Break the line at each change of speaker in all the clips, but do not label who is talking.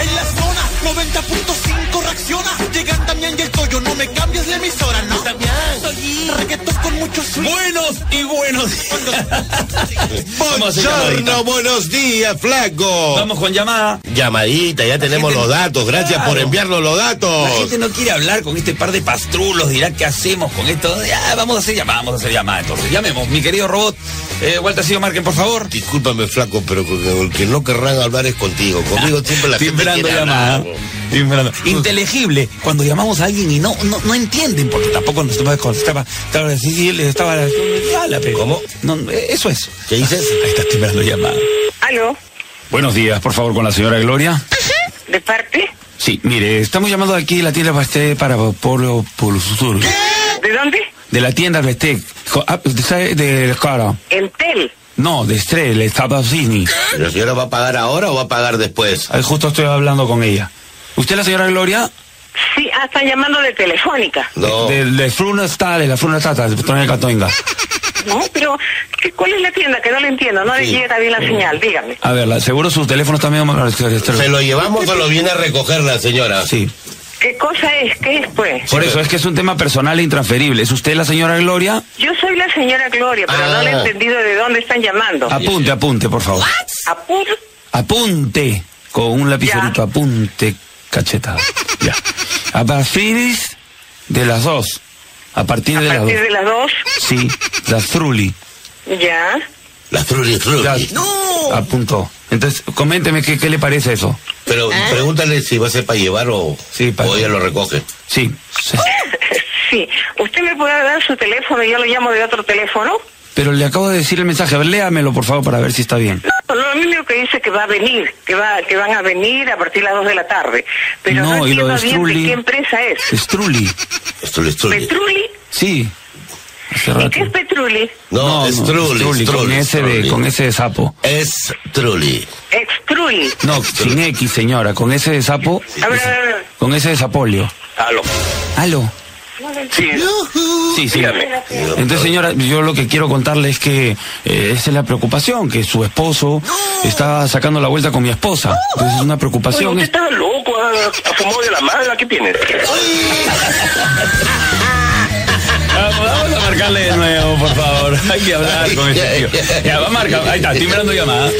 En la zona 90.5 reacciona. Llegan también y el Toyo, no me cambies la emisora, ¿no? También. Reggaetón con mucho swing.
Buenos y buenos días. Vamos a hacer
Buongiorno,
llamadita.
buenos días, flaco.
Vamos con llamada.
Llamadita, ya tenemos
gente
los
no-
datos. Gracias por
Claro.
enviarnos los
La
datos.
gente no quiere hablar con este par de pastrulos, dirá qué hacemos con esto. Ah, vamos a hacer llamada, vamos a hacer llamada. Entonces, llamemos, mi querido robot. Eh, Walter Sigo, marquen, por favor.
Discúlpame, flaco, pero con el que no querrán hablar es contigo. Conmigo siempre la gente
Timbrando
quiere
Ah, llamada.
hablar. po.
Timbrando. Inteligible. Cuando llamamos a alguien y no, no, no entienden, porque tampoco nos estaba estaba, estaba, sí, sí, él estaba mala, pero-
¿Cómo?
No, no, eh, eso es.
¿Qué dices?
Ahí está timbrando llamada.
Aló,
Buenos días, por favor, con la señora Gloria.
¿de parte?
Sí, mire, estamos llamando de aquí de la tienda Basté para Polo Sur.
¿De dónde?
De la tienda Basté. Jo- ah, ¿sabe? De cara.
Entel.
No, de Estrella, estaba Sydney.
¿La señora va a pagar ahora o va a pagar después?
Ahí justo estoy hablando con ella. ¿Usted es la señora Gloria?
Sí, ah, están llamando de Telefónica.
No.
De, de Fruna Stade, la Fruna Stade, de Tonel Catoinga.
No, pero ¿qué- ¿cuál es la tienda? Que no la entiendo, no le llega bien la señal, dígame.
A ver, la- seguro sus teléfonos también van a
¿Se lo llevamos o lo viene a recoger la señora?
este- Sí.
¿Qué cosa es? ¿Qué es, pues?
Por eso es que es un tema personal e intransferible. ¿Es usted la señora Gloria?
Yo soy la señora Gloria, pero
Ah.
no le he entendido de dónde están llamando.
Apunte, apunte, por favor.
Apur,
Apunte. Con un lapicerito,
Ya.
apunte, cachetada. Ya. A partir de las dos. A partir
a
de las dos.
partir de las dos,
Sí, las fruli.
ya.
La fruri fruri.
Las- Apuntó. Entonces, coménteme qué, qué le parece eso.
Pero pregúntale si va a ser para llevar o,
Sí, para-
o ella lo recoge.
Sí. sí.
Sí, ¿usted me puede dar su teléfono y yo lo llamo de otro teléfono?
Pero le acabo de decir el mensaje. A ver, léamelo, por favor, para ver si está bien.
No, no, a mí lo que dice que va a venir, que va, que van a venir a partir de las dos de la tarde. Pero no,
No, y lo de
entiendo bien de
Strulli.
qué empresa es.
Strulli.
Esto lo estruye.
Petrulli.
Sí. Hace
¿Y
rato.
qué es Petrulli?
No, es Trulli,
Strulli,
es
con
Trulli,
ese de,
Trulli.
con ese de sapo.
Es Trulli.
Extrulli.
No, sin X, señora, con ese de sapo,
A ver, a ver, a ver.
con ese de sapolio.
Aló.
¿Aló?
Sí,
Sí, sí.
dígame.
Entonces, señora, yo lo que quiero contarle es que eh, esa es la preocupación, que su esposo está sacando la vuelta con mi esposa. Entonces, es una
Oye,
preocupación.
usted
es-
está loco, ha fumado de la mala, ¿qué tiene?
Vamos, vamos a marcarle de nuevo, por favor. Hay que hablar con ese tío. Ya, va a marcar. Ahí está, timbrando llamada.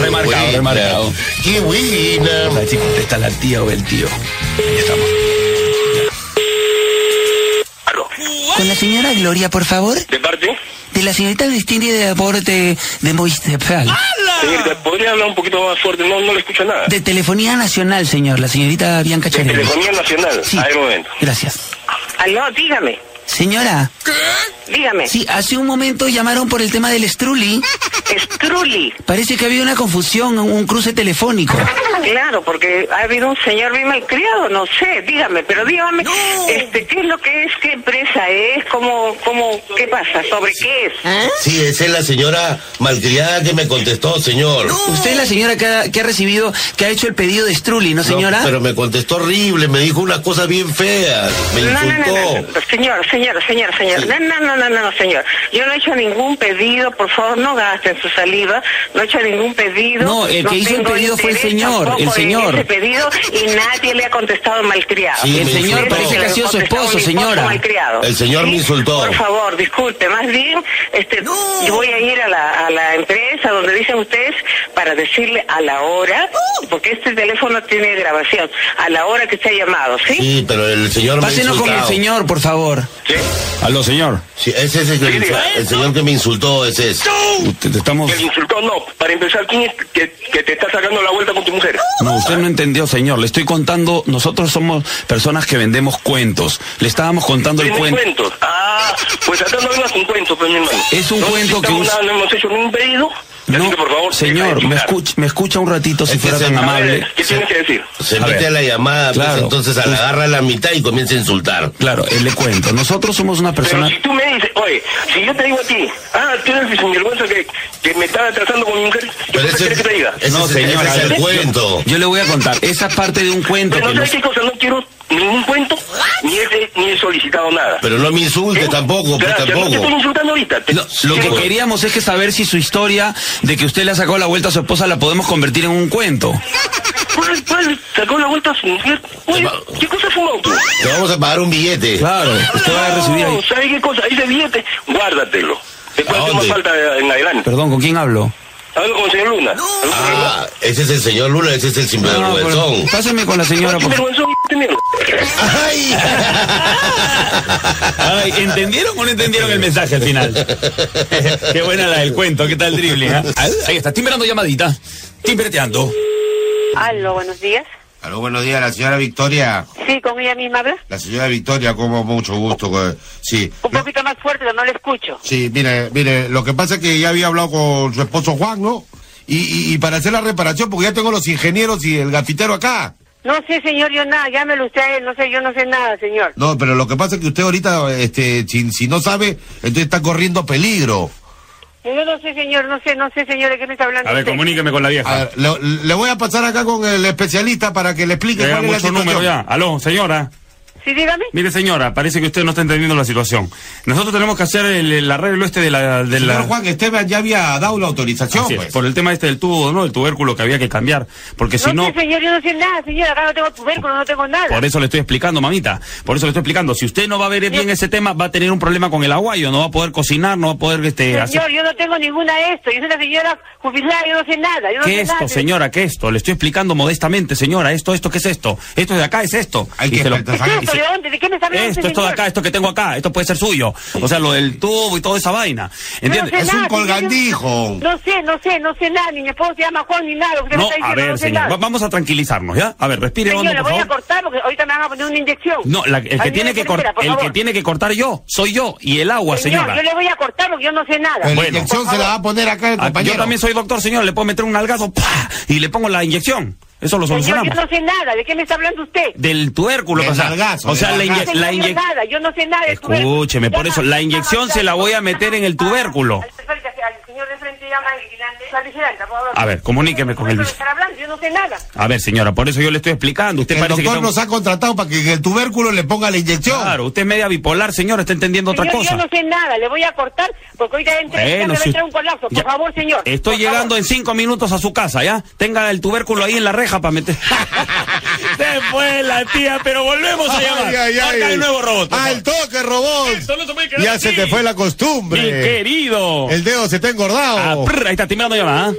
Remarcado,
buena.
remarcado.
Qué buena.
A ver si contesta la tía o el tío. Ahí estamos.
Aló,
Con la señora Gloria, por favor.
¿de parte?
De la señorita Cristina de Aporte de Moistefal.
Ah.
Señorita, ¿podría hablar un poquito más fuerte? No, no le escucho nada.
De Telefonía Nacional, señor. La señorita Bianca Charelli.
Telefonía Nacional.
Sí.
A ver, un momento.
Gracias.
Aló, Ah, dígame.
Señora,
Dígame.
sí, hace un momento llamaron por el tema del Strulli.
Strulli.
Parece que había una confusión, un cruce telefónico.
Claro, porque ha habido un señor bien malcriado, no sé, dígame, pero dígame, este, ¿qué es lo que es? ¿Qué empresa es? ¿Cómo, cómo, qué pasa? ¿Sobre qué es?
Sí, esa es la señora malcriada que me contestó, señor.
Usted es la señora que ha, que ha recibido, que ha hecho el pedido de Strulli, ¿no,
No,
señora?
pero me contestó horrible, me dijo unas cosas bien feas, me
No, no,
insultó.
no, no, señor, señor, señor, señor. No, no, no, no, no, no, señor. Yo no he hecho ningún pedido, por favor, no gasten su saliva. No he hecho ningún pedido.
No, el que hizo el
tengo
pedido fue el
interés
señor,
tampoco
el señor.
En ese pedido y nadie le ha contestado malcriado.
Sí, El me señor insultó. parece que
Le
ha
sido su
contestado
esposo,
un esposo
señora.
malcriado.
El señor me insultó.
Por favor, disculpe, más bien, este, yo voy a ir a la, a la empresa donde dicen ustedes para decirle a la hora, porque este teléfono tiene grabación, a la hora que se ha llamado, ¿sí?
Sí, pero el señor me
Pásenos
insultó.
con el señor, por favor.
¿Sí?
Aló, señor.
Sí, ese es el, que-
diga.
el señor que me insultó, ese es.
Usted- Estamos...
Que le insultó, no. Para empezar, ¿quién es que, que te está sacando la vuelta con tu mujer?
No, usted no entendió, señor. Le estoy contando, nosotros somos personas que vendemos cuentos. Le estábamos contando el
¿Tiene
cuento.
cuentos? Ah, pues acá no vengas con cuentos, pues, mi hermano.
Es un
no
cuento que
necesitamos
usa-
nada, No hemos hecho ningún pedido. Así
No,
que, por favor, deja
señor,
de
me
insultar.
escucha, me escucha un ratito si
Es que
fuera
se-
tan
a ver,
A
amable.
ver, Eh, ¿Qué tienes que decir?
Se
A
mete
ver.
a la llamada, pues,
Claro.
entonces a la agarra la mitad y comienza a insultar.
Claro, eh, le cuento. Nosotros somos una
Pero
persona...
si tú me dices, oye, si yo te digo a ti, ah, tú eres el sinvergüenza que, que me estaba tratando con mi mujer, ¿yo
Pero
qué quieres que te diga?
ese
No,
es-
señor,
ese
a
es
ver,
el
yo-
cuento.
Yo le voy a contar. Esa es parte de un cuento
Pero
que
no sabes
nos...
qué cosa, no quiero ningún cuento, ni he, ni he solicitado nada.
Pero no me
¿Eh?
insulte tampoco, pues
Gracias, no te estoy
tampoco.
insultando ahorita. te-
Lo, lo
Sí,
que
bueno.
queríamos es que saber si su historia de que usted le ha sacado la vuelta a su esposa la podemos convertir en un cuento.
¿Cuál, cuál? ¿Sacó la vuelta a su mujer? Oye, ¿qué cosa es un auto?
Te vamos a pagar un billete.
Claro, usted va a recibir ahí.
No, ¿Sabe qué cosa? Ese billete, guárdatelo. Después
¿A
hacemos
dónde?
falta en adelante.
Perdón, ¿con quién hablo?
Algo con el señor Luna.
Ah, ese es el señor Luna, ese es el sinvergüenzón.
Páseme con la señora,
¿Qué
por favor.
vergüenza de mierda?
¡Ay!
Ay, ¿entendieron o no entendieron el mensaje al final? Qué buena la del cuento, qué tal drible, ¿ah? Ahí está, timbrando llamadita, timbreteando.
Aló, buenos días.
Aló, buenos días, la señora Victoria.
Sí, con ella misma habla.
La señora Victoria, como mucho gusto. co- Sí.
Un
No,
poquito más fuerte, no le escucho.
sí, mire, mire, lo que pasa es que ya había hablado con su esposo Juan, ¿no? Y, y- y para hacer la reparación, porque ya tengo los ingenieros y el gafitero acá.
No sé, señor, yo nada, llámelo usted a él, no sé, yo no sé nada, señor.
No, pero lo que pasa es que usted ahorita, este, si, si no sabe, entonces está corriendo peligro.
Yo no sé, señor, no sé, no sé, señor, ¿de qué me está hablando
A ver,
usted?
comuníqueme con la
A
vieja.
ver, le, le voy a pasar acá con el especialista para que le explique
Llega
cuál es la
mucho
situación.
número ya. Aló, señora.
Sí, dígame.
Mire, señora, parece que usted no está entendiendo la situación. Nosotros tenemos que hacer el, el arreglo este de la... De
Señor
la...
Juan Esteban ya había dado la autorización,
Así es,
pues.
por el tema este del tubo, ¿no? El tubérculo que había que cambiar. Porque si
no
no...
sé, señor, yo no sé nada, señor, acá no tengo tubérculo, no tengo nada.
Por eso le estoy explicando, mamita. Por eso le estoy explicando. Si usted no va a ver bien ese tema, va a tener un problema con el aguayo. No va a poder cocinar, no va a poder este, hacer...
Señor, yo no tengo ninguna de esto, yo soy una señora jubilada, yo no sé nada, yo no
¿Qué
sé
es esto,
nada.
señora? ¿Qué es esto? Le estoy explicando modestamente, señora. Esto, esto, ¿qué es esto? Esto de acá es esto.
Hay
Y
que
se lo-
explicar-
¿Qué es esto? ¿De dónde? ¿De qué me está hablando
Esto,
usted,
esto de
señor?
acá, esto que tengo acá, esto puede ser suyo. O sea, lo del tubo y toda esa vaina.
Yo no
¿Entiendes?
sé
Es un
nada, señor, yo-
colgandijo.
No sé, no sé, no sé nada, ni mi esposo se llama Juan ni nada. usted me
No,
está
a
diciendo,
ver,
no sé
señor,
nada.
va- vamos a tranquilizarnos, ¿ya? A ver, respire
Señor,
hondo,
la
por
voy a
favor.
cortar porque ahorita me van a poner una inyección.
No, la- el que
Ay,
tiene
mira,
que
enfermera,
cortar,
por
el que
favor.
tiene que cortar yo, soy yo y el agua,
Señor,
señora.
yo le voy a cortar porque yo no sé nada.
Pero
Bueno.
la inyección se la va a poner acá el
Ah,
compañero.
Yo también soy doctor, señor, le puedo meter un algazo y le pongo la inyección. Eso lo
Señor,
solucionamos.
yo no sé nada. ¿De qué me está hablando usted?
Del tubérculo,
Del
o sea,
nalgazo,
o
del
sea, la, inye-
nalgazo.
Señor,
la
yo
inye-
nada, yo no sé nada. de tubérculo.
Escúcheme, por
Llama-
eso, la
llama-
inyección
llama-
se la voy a meter en el
Al-
tubérculo.
al- al señor de frente llama al vigilante. Al vigilante, por favor.
A ver, comuníqueme con el
Por
vice-
eso me está hablando, Yo no sé nada.
A ver, señora, por eso yo le estoy explicando. Usted
El
parece que Ah,
doctor
son-
nos ha contratado para que el tubérculo le ponga la inyección.
Claro, usted es media bipolar, señor, está entendiendo otra
Señor,
cosa.
yo no sé nada. Le voy a cortar porque ahorita entra, ya me va a
si-
entrar un colapso. Por
ya.
favor, señor.
Estoy
Por
llegando
favor.
en cinco minutos a su casa, ¿ya? Tenga el tubérculo ahí en la reja para meter. Se fue la tía, pero volvemos a
Ay,
llamar.
ay, ay.
Marca de nuevo robot. por
¡Al
favor.
toque, robot!
Esto no se puede quedar
ya
así.
se te fue la
Mi
costumbre.
querido.
El dedo se te ha
Ah,
engordado.
prr, ahí está, timbrando llamada. ¿ah?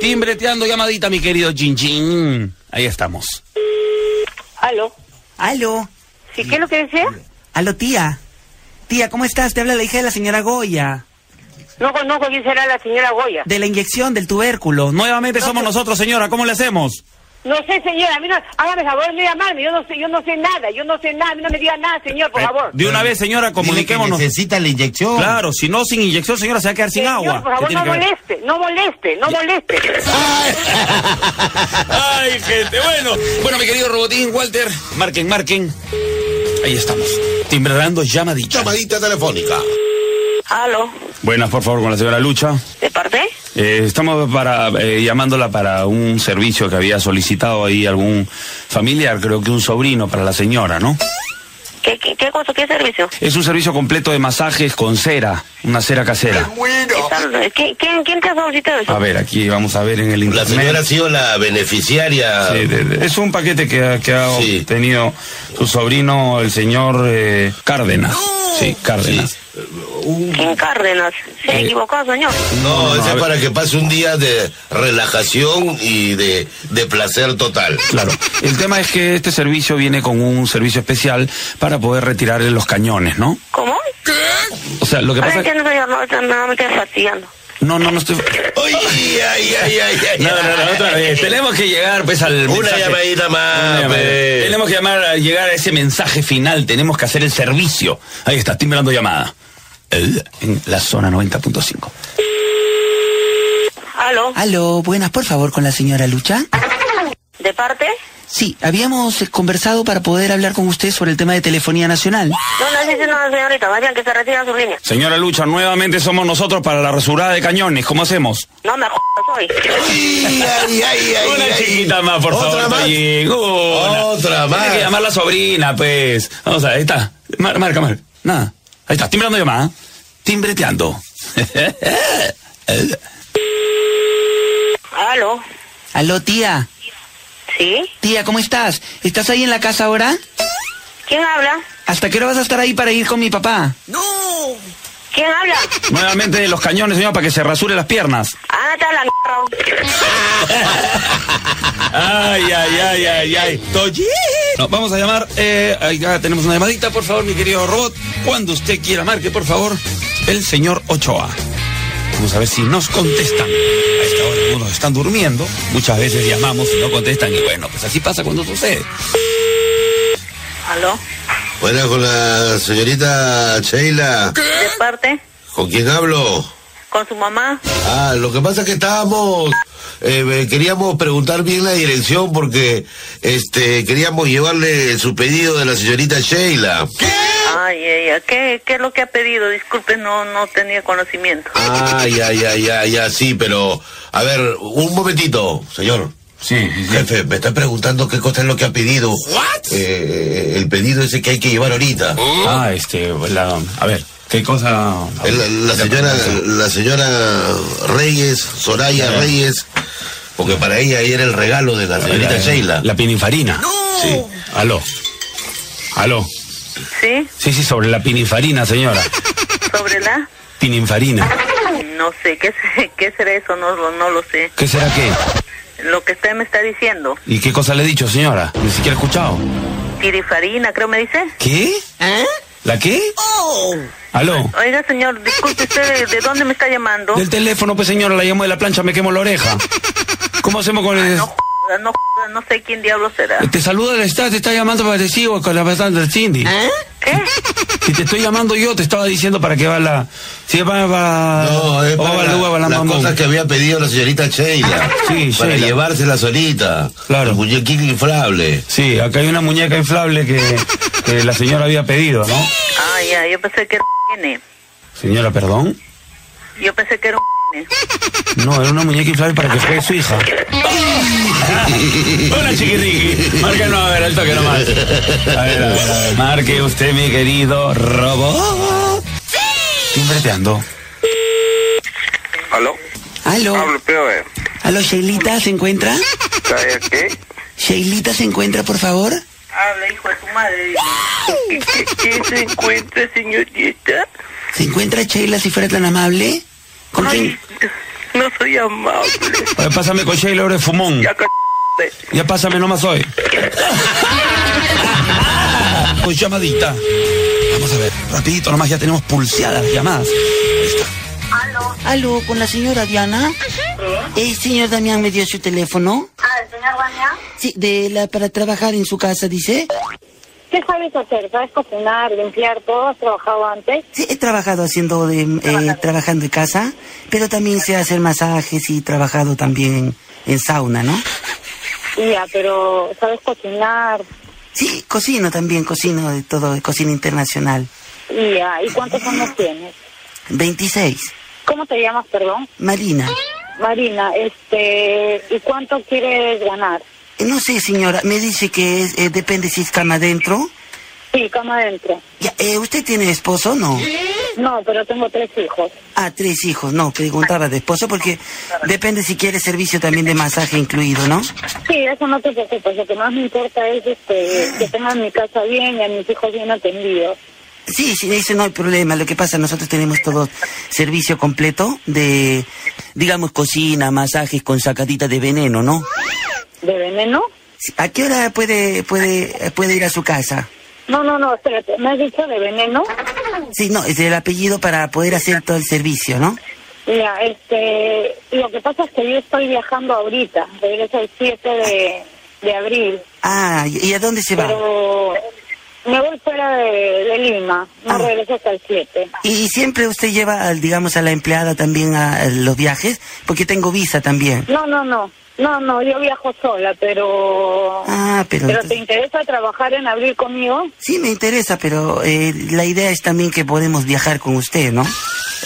Timbreteando llamadita, mi querido Jin Jin. Ahí estamos.
Aló.
Aló,
¿Sí, ¿Qué es lo que desea?
aló tía. Tía, ¿cómo estás? Te habla la hija de la señora Goya.
No conozco quién será la señora Goya.
De la inyección del tubérculo. No,
Nuevamente somos nosotros, señora. ¿Cómo le hacemos?
No sé, señora, a mí no, hágame favor, no llamarme, yo no sé, yo no sé nada, yo no sé nada, a mí no me diga nada, señor, por
Eh,
favor.
De una vez, señora,
Dile que
comuniquémonos.
necesita la inyección.
Claro, si no, sin inyección, señora, se va a quedar sin
Señor, por
agua. ¿Qué
favor,
tiene
no
que ver?
moleste, no moleste, no moleste.
Ay, gente, bueno. Bueno, mi querido robotín, Walter, marquen, marquen. Ahí estamos. Timbrando llamadita.
Llamadita telefónica.
Aló,
Buenas, por favor, con la señora Lucha.
¿de parte?
Eh, estamos para eh, llamándola para un servicio que había solicitado ahí algún familiar, creo que un sobrino para la señora, ¿no?
¿Qué, qué, qué cosa, qué servicio?
Es un servicio completo de masajes con cera, una cera casera.
Tal- Eh, ¿Qui- quién, ¿Quién te ha solicitado
A
eso?
ver, aquí vamos a ver en el
La
internet.
señora ha sido la beneficiaria.
Sí, de- de- es un paquete que, ha- que ha
Sí.
obtenido su sobrino, el señor eh, Cárdenas. Sí, Cárdenas.
¿Quién Cárdenas? Se
Eh.
ha equivocado, señor.
No,
no,
ese
a
es
ver.
para que pase un día de relajación y de, de placer total.
Claro. El tema es que este servicio viene con un servicio especial para poder retirar los cañones, ¿no?
¿Cómo?
O sea, lo que
No
pasa es que...
entiendo, señor, no, está- nada me está fastidiando.
No, no, no estoy...
Ay, ay, ay, ay, ay.
No, no, no, otra vez. Tenemos que llegar, pues, al
Una
mensaje.
llamadita más, pues.
Una llamadita.
pe.
pues.
Tenemos que llamar, a- llegar a ese mensaje final. Tenemos que hacer el servicio. Ahí está, timbrando llamada. Eh, En la zona 90.5.
Aló,
Aló, buenas, por favor, con la señora Lucha.
¿de parte?
Sí, habíamos eh, conversado para poder hablar con usted sobre el tema de telefonía nacional.
No, no dice nada, señorita, más bien que se retiran sus líneas.
Señora Lucha, nuevamente somos nosotros para la rasurada de cañones. ¿Cómo hacemos?
No me jodas hoy.
Ay, ay, ay, ay,
Una
ay.
chiquita más, por
¿Otra
favor,
más?
Toyin. Una.
Otra más.
Tiene que llamar la sobrina, pues. Vamos a ver, ahí está. Mar- marca, marca. Nada. Ahí está, timbrando llamada. Timbreteando.
Aló,
Aló, tía.
¿sí?
Tía, ¿cómo estás? ¿Estás ahí en la casa ahora?
¿Quién habla?
¿Hasta qué hora vas a estar ahí para ir con mi papá?
¿Quién habla?
Nuevamente los cañones, señor, para que se rasure las piernas.
Anda la mierda.
Ay, ay, ay, ay, ay. Toyi. No, vamos a llamar. Eh, ahí ya tenemos una llamadita, por favor, mi querido robot. Cuando usted quiera, marque, por favor, el señor Ochoa. Vamos a ver si nos contestan. A esta hora algunos están durmiendo. Muchas veces llamamos y no contestan. Y bueno, pues así pasa cuando sucede.
¿Aló?
Buenas con la señorita Sheila.
¿De parte?
¿Con quién hablo?
¿Con su mamá?
Ah, lo que pasa es que estábamos. eh, eh, queríamos preguntar bien la dirección porque este queríamos llevarle su pedido de la señorita Sheila.
Ay, ella, ¿qué, qué es lo que ha pedido? Disculpe, no, no tenía conocimiento.
Ah, ya, ya, ya, ya, sí, pero. A ver, un momentito, señor.
Sí,
Jefe, me está preguntando qué cosa es lo que ha pedido. Eh, el pedido ese que hay que llevar ahorita.
Ah, este, la, a ver, ¿qué cosa?
La, la señora, la señora Reyes, Soraya Reyes, porque para ella ahí era el regalo de la señorita Sheila.
La pinifarina. Sí. Aló. Aló.
¿Sí?
Sí, sí, sobre la pinifarina, señora.
¿Sobre la?
Pininfarina.
No sé, ¿qué, se- qué será eso? No, lo- no lo sé.
¿Qué será qué?
Lo que usted me está diciendo.
¿Y qué cosa le he dicho, señora? Ni siquiera he escuchado.
Pirifarina, creo me dice.
¿Qué?
¿Eh?
¿La qué?
Oh.
Aló.
Oiga, señor, disculpe, ¿usted de, de dónde me está llamando?
Del teléfono, pues señora, la llamo de la plancha, me quemo la oreja. ¿Cómo hacemos con el...
No, joda, no, joda, no sé quién diablo será.
Te saluda el Estado, te está llamando para decir o con la bastante del Cindy.
¿Eh? ¿Qué?
Si te estoy llamando yo, te estaba diciendo para que va la... Si va, va...
No, es
o va
para
Oh, la uva, va la
las
mamón.
cosas que había pedido la señorita Sheila.
Ah, Sí,
para
Sheila.
llevárselas ahorita.
Claro.
El muñequín inflable.
Sí, acá hay una muñeca inflable que, que la señora había pedido, ¿no?
Ah, ya, yo pensé que era un pene.
Señora, perdón.
Yo pensé que era un pene.
No, era una muñeca inflable para que juegue su hija. Hola, chiquirriqui. Márquenos a ver el toque nomás. A ver, a ver, a ver. Marque usted, mi querido robot. Sí. Timbreteando.
¿Aló?
Aló.
Hablo, pero, eh.
Aló, Sheilita, ¿se encuentra?
¿sabe qué?
Sheilita, ¿se encuentra, por favor?
Habla, hijo de tu madre.
¿Qué, qué, qué se encuentra, señorita?
¿Se encuentra Sheila si fuera tan amable? ¿Con quién?
No soy amable.
A ver, pásame con Sheila, ahora es fumón.
Ya, c-
Ya pásame nomás hoy. Con llamadita. Vamos a ver, rapidito nomás, ya tenemos pulseadas las llamadas. Ahí está.
Aló, con la señora Diana. El señor Damián me dio su teléfono.
Ah, el señor Damián.
Sí, de la para trabajar en su casa, dice.
¿Qué sabes hacer? ¿Sabes cocinar, limpiar todo? ¿Has trabajado antes?
Sí, he trabajado haciendo de, eh, trabajando en casa, pero también sé hacer masajes y he trabajado también en sauna, ¿no?
Ya, pero ¿sabes cocinar?
Sí, cocino también, cocino de todo, de cocina internacional.
Ya, ¿y cuántos años tienes?
26.
¿Cómo te llamas, perdón?
Marina.
Marina, este, ¿y cuánto quieres ganar?
Eh, No sé, señora, me dice que es, eh, depende si es cama adentro.
Sí, cama adentro.
Ya, eh, ¿Usted tiene esposo o no?
No, pero tengo tres hijos.
Ah, tres hijos, no, preguntaba de esposo porque depende si quiere servicio también de masaje incluido, ¿no?
Sí, eso no te preocupes. Lo que más me importa es este, que tengan mi casa bien y a mis hijos bien atendidos.
Sí, sí, eso no hay problema. Lo que pasa, nosotros tenemos todo servicio completo de, digamos, cocina, masajes con sacadita de veneno, ¿no?
¿De veneno?
Sí, ¿A qué hora puede, puede, eh, puede ir a su casa?
No, no, no, espérate. ¿Me has dicho de veneno?
Sí, no, es el apellido para poder hacer todo el servicio, ¿no?
Mira, este, lo que pasa es que yo estoy viajando ahorita, regreso el 7 de, de abril,
Ah, ¿y y a dónde se va?
pero me voy fuera de, de Lima, no
Ah.
regreso hasta el 7.
Y, y siempre usted lleva, al- digamos, a la empleada también a, a los viajes, porque tengo visa también.
No, no, no, no, no, yo viajo sola, pero...
Ah, pero...
¿Pero te
entonces-
interesa trabajar en abril conmigo?
Sí, me interesa, pero eh, la idea es también que podemos viajar con usted, ¿no?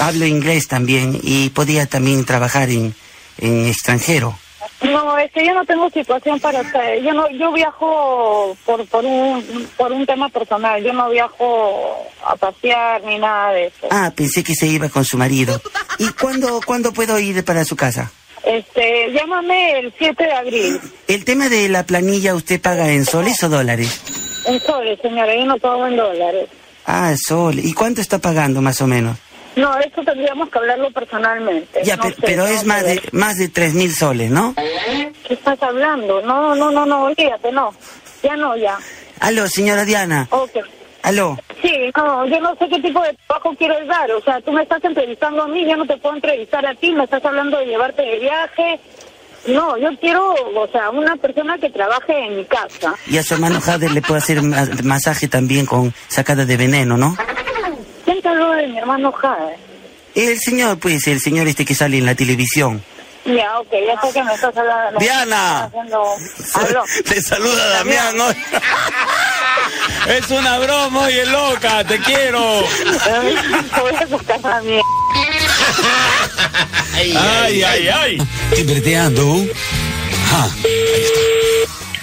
Hablo inglés también y podía también trabajar en, en extranjero.
No, es que yo no tengo situación para estar, yo no, yo viajo por, por un, por un tema personal, yo no viajo a pasear ni nada de eso.
Ah, pensé que se iba con su marido. ¿Y cuándo, cuándo puedo ir para su casa?
Este, llámame el 7 de abril.
El tema de la planilla, ¿usted paga en soles o dólares?
En soles, señora, yo no pago en dólares.
Ah, soles. ¿Y cuánto está pagando más o menos?
No, eso tendríamos que hablarlo personalmente.
Ya,
No
pe-
sé,
pero
tengo
es
que
más de,
ver.
más de tres mil soles, ¿no?
¿Qué estás hablando? No, no, no, no, olvídate, no. Ya no, ya.
Aló, señora Diana.
Ok.
Aló.
Sí, no, yo no sé qué tipo de trabajo quieres dar. O sea, tú me estás entrevistando a mí, yo no te puedo entrevistar a ti, me estás hablando de llevarte de viaje. No, yo quiero, o sea, una persona que trabaje en mi casa.
Y a su hermano Jader le puedo hacer ma- masaje también con sacada de veneno, ¿no?
¿Quién te habló de mi hermano Jade?
El señor, pues, el señor este que sale en la televisión.
Ya, ok, ya sé que me estás hablando.
Diana.
me estás haciendo- Aló.
Te saluda Damián, ¿no? Es una broma, oye, loca, te quiero.
Ay, te voy a buscar a mí.
Ay, ay, ay. Timbreteando. Ah,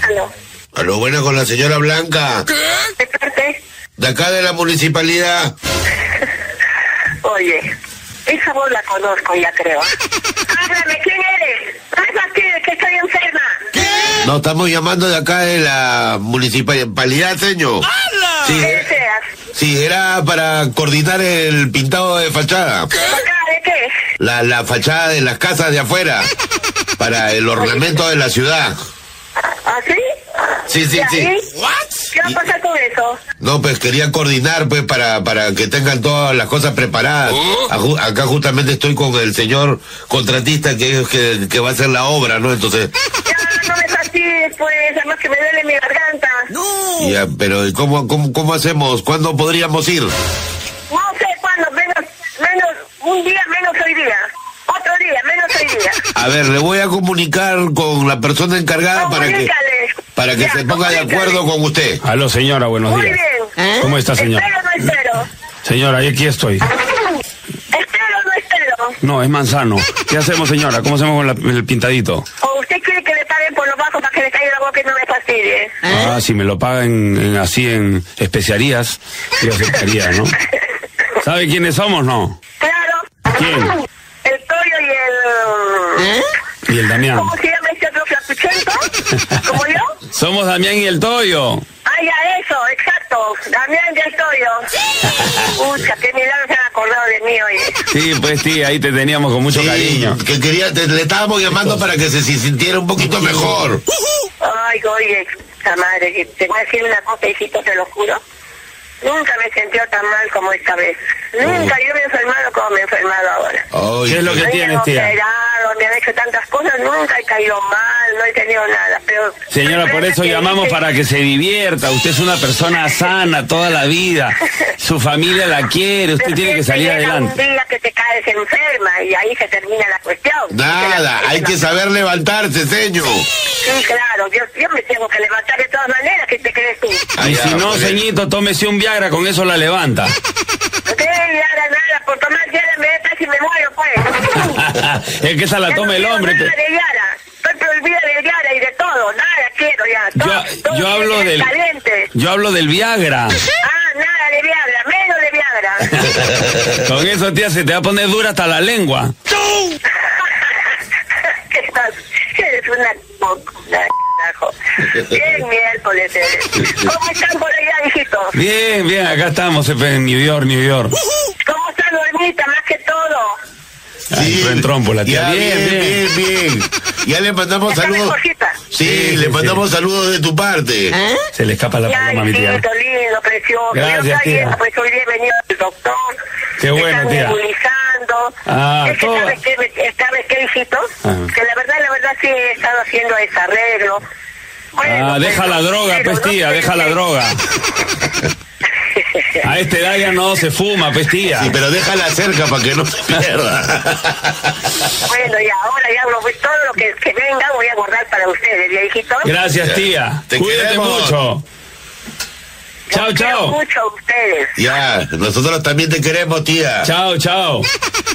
Aló.
A lo bueno con la señora Blanca,
¿De parte?
de acá de la municipalidad.
Oye, esa voz la conozco ya creo. Háblame, ¿quién eres? Hazme aquí, que estoy enferma.
No, estamos llamando de acá de la municipalidad, señor. Sí,
¿Qué deseas?
sí, era para coordinar el pintado de fachada.
¿Acá de qué?
La, la fachada de las casas de afuera. Para el ornamento de la ciudad.
¿Ah, sí?
Sí, sí,
¿Y
sí.
ahí? ¿Qué va a pasar con eso?
No, pues quería coordinar, pues, para, para que tengan todas las cosas preparadas. Aju- Acá justamente estoy con el señor contratista que, es- que, que va a hacer la obra, ¿no? Entonces,
Ya, no me fastidies, pues, además que me duele mi garganta. No,
ya, pero ¿y ¿cómo, cómo, cómo hacemos? ¿Cuándo podríamos ir?
sé cuándo, menos, menos, un día menos hoy día. Otro día, menos hoy día.
A ver, le voy a comunicar con la persona encargada Ah, para que,
Comunícale.
para que
Ya,
se ponga de
comunícale.
acuerdo con usted.
Aló, señora, buenos
Muy
días.
bien.
¿Cómo está, señora?
Espero o no espero.
Señora, y aquí estoy.
Espero o no espero.
No, es manzano. ¿Qué hacemos, señora? ¿Cómo hacemos con la- el pintadito?
¿O usted quiere que le paguen por lo bajo para que le caiga la boca y no me fastidie?
Ah, si me lo pagan en- así en especiarías, yo aceptaría, ¿no? ¿Sabe quiénes somos, no?
Claro.
¿Quién?
El Toyo y el...
Y el Damián.
¿Cómo se llama este otro flacuchento? ¿Como yo?
Somos Damián y el Toyo.
Ah, ya, eso, exacto. Damián y el Toyo. Pucha, qué milagro se han acordado de mí hoy.
Sí, pues sí, ahí te teníamos con mucho
Sí,
cariño.
que quería, te- le estábamos llamando para que se si- sintiera un poquito mejor.
Ay, oye, esta madre, que te voy a decir una cosa, hijito, te lo juro. Nunca me he sentido tan mal como esta vez. Nunca yo me he enfermado como me he enfermado ahora.
Ay,
Mm. ¿Qué es lo que
Me han
tienes, tía?
operado, me han hecho tantas cosas, nunca he caído mal, no he tenido nada. Pero
Señora, por eso
Que
llamamos
dice-
para que se divierta. Usted es una persona sana toda la vida. Su familia la quiere. Usted
Pero
tiene
siempre
que salir
llega
adelante.
Un día que te caes enferma y ahí se termina la cuestión. Te la
Nada, hay que
enferma.
saber levantarse, señor.
Sí, claro, yo, yo me tengo que levantar de todas maneras, que te crees tú?
Ah,
Y
ya,
si no,
muy bien.
ceñito, tómese un Viagra, con eso la levanta.
No te nada, nada, por tomar Yara me da casi me muero, pues.
es que esa la
Ya no
toma el
quiero
hombre. pues.
Nada
pe-
de Yara. Estoy prohibida de Yara y de todo, nada quiero ya. Todo,
Yo,
todo
yo
tiene que
hablo
ser
del.
Caliente.
Yo hablo del Viagra.
Ah, nada de Viagra, menos de Viagra.
Con eso, tía, se te va a poner dura hasta la lengua.
¿Qué estás? Eres una... po- una carajo. Bien miércoles eres. ¿Cómo están por allá, hijitos?
Bien, bien, acá estamos, pe, en New York, New York.
¿Cómo está Normita, más que todo?
Ay, entró en trompo la tía.
Ya,
Bien,
bien, bien, bien, Ya le mandamos
¿Está
saludos.
mejorcita?
Sí,
Sí,
le
sí,
mandamos saludos de tu parte.
¿Eh?
Se le escapa la
Ya,
paloma, mi tía.
hijito, lindo, precioso.
Gracias,
Yo estoy
tía.
bien, Pues hoy día he venido al doctor.
Qué
Me
bueno,
están
tía.
nebulizando.
Ah,
es que
todo. Ah.
¿sabes qué, me- ¿sabes qué, hijito?
Ajá.
Que la verdad, la verdad sí he estado haciendo desarreglo. Bueno,
Ah,
pero-
deja la droga,
pero
pues
no
tía,
sé
deja la
qué-
droga. A esta edad ya no se fuma, pues tía.
Sí, pero déjala cerca para que no se pierda.
Bueno, y ahora ya lo, pues, todo lo que, que venga voy a guardar para ustedes, ¿ya, hijito?
Gracias, tía.
Te
Cuídate
queremos.
mucho. Chao,
Los quiero
chao.
mucho a ustedes.
ya, nosotros también te queremos, tía.
Chao, chao.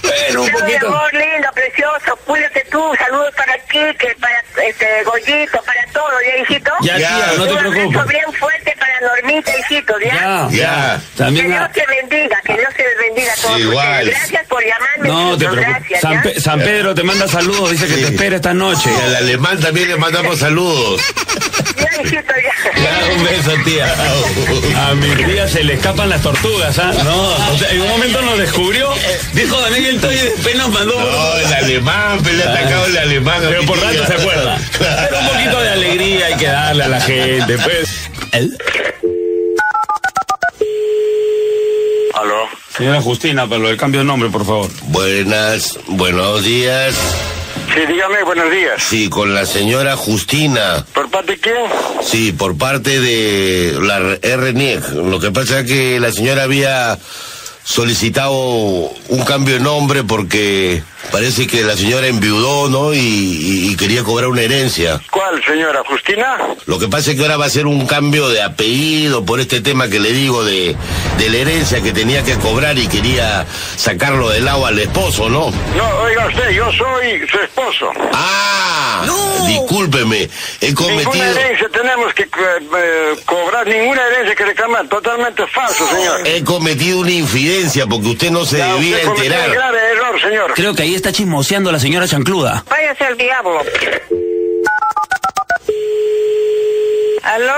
Bueno,
Chao,
un
mi
poquito.
amor, lindo, precioso, cuídate tú, saludos para Kike, para este Goyito, para todo, ¿ya, hijito?
Ya,
Ya.
tía, no te
Un abrazo
preocupes.
bien fuerte para Normita, hijito,
Ya,
¿ya?
Ya.
Que
También.
Dios
a-
te bendiga, que Dios te bendiga a todos.
Igual.
ustedes. Gracias por llamarme.
No, te
hijito,
preocupes.
Gracias,
San,
¿ya?
Pe- San Pedro te manda saludos, dice que
Sí.
te espera esta noche.
Y al alemán también le mandamos saludos.
Ya, hijito, ya.
Ya, un beso, tía.
A mi tía se le escapan las tortugas, ¿ah? No, o sea, en un momento nos descubrió, dijo Daniel el Toy y después nos
No,
mandó.
Oh, el alemán, pero le ha atacado el alemán. a
Pero
mi
por
tía.
rato se acuerda. Pero un poquito de alegría hay que darle a la gente, pues.
Aló.
Señora Justina, para lo del cambio de nombre, por favor.
Buenas, buenos días.
Sí, dígame, buenos días.
Sí, con la señora Justina.
¿Por parte de quién?
Sí, por parte de la RNIEC. Lo que pasa es que la señora había solicitado un cambio de nombre porque parece que la señora enviudó, ¿no? Y, y- y quería cobrar una herencia.
¿Cuál, señora? ¿Justina?
Lo que pasa es que ahora va a ser un cambio de apellido por este tema que le digo de, de la herencia que tenía que cobrar y quería sacarlo del agua al esposo, ¿no?
No, oiga usted, yo soy su esposo.
Ah, discúlpeme, he
Ninguna
cometido...
herencia tenemos que eh, eh, cobrar, ninguna herencia que reclamar. Totalmente falso, señor.
He cometido una infidencia porque usted no se
Ya, usted
debía
cometió un
enterar.
grave error, señor.
Creo que ahí está chismoseando la señora Chancluda.
Váyase al diablo. ¿Aló?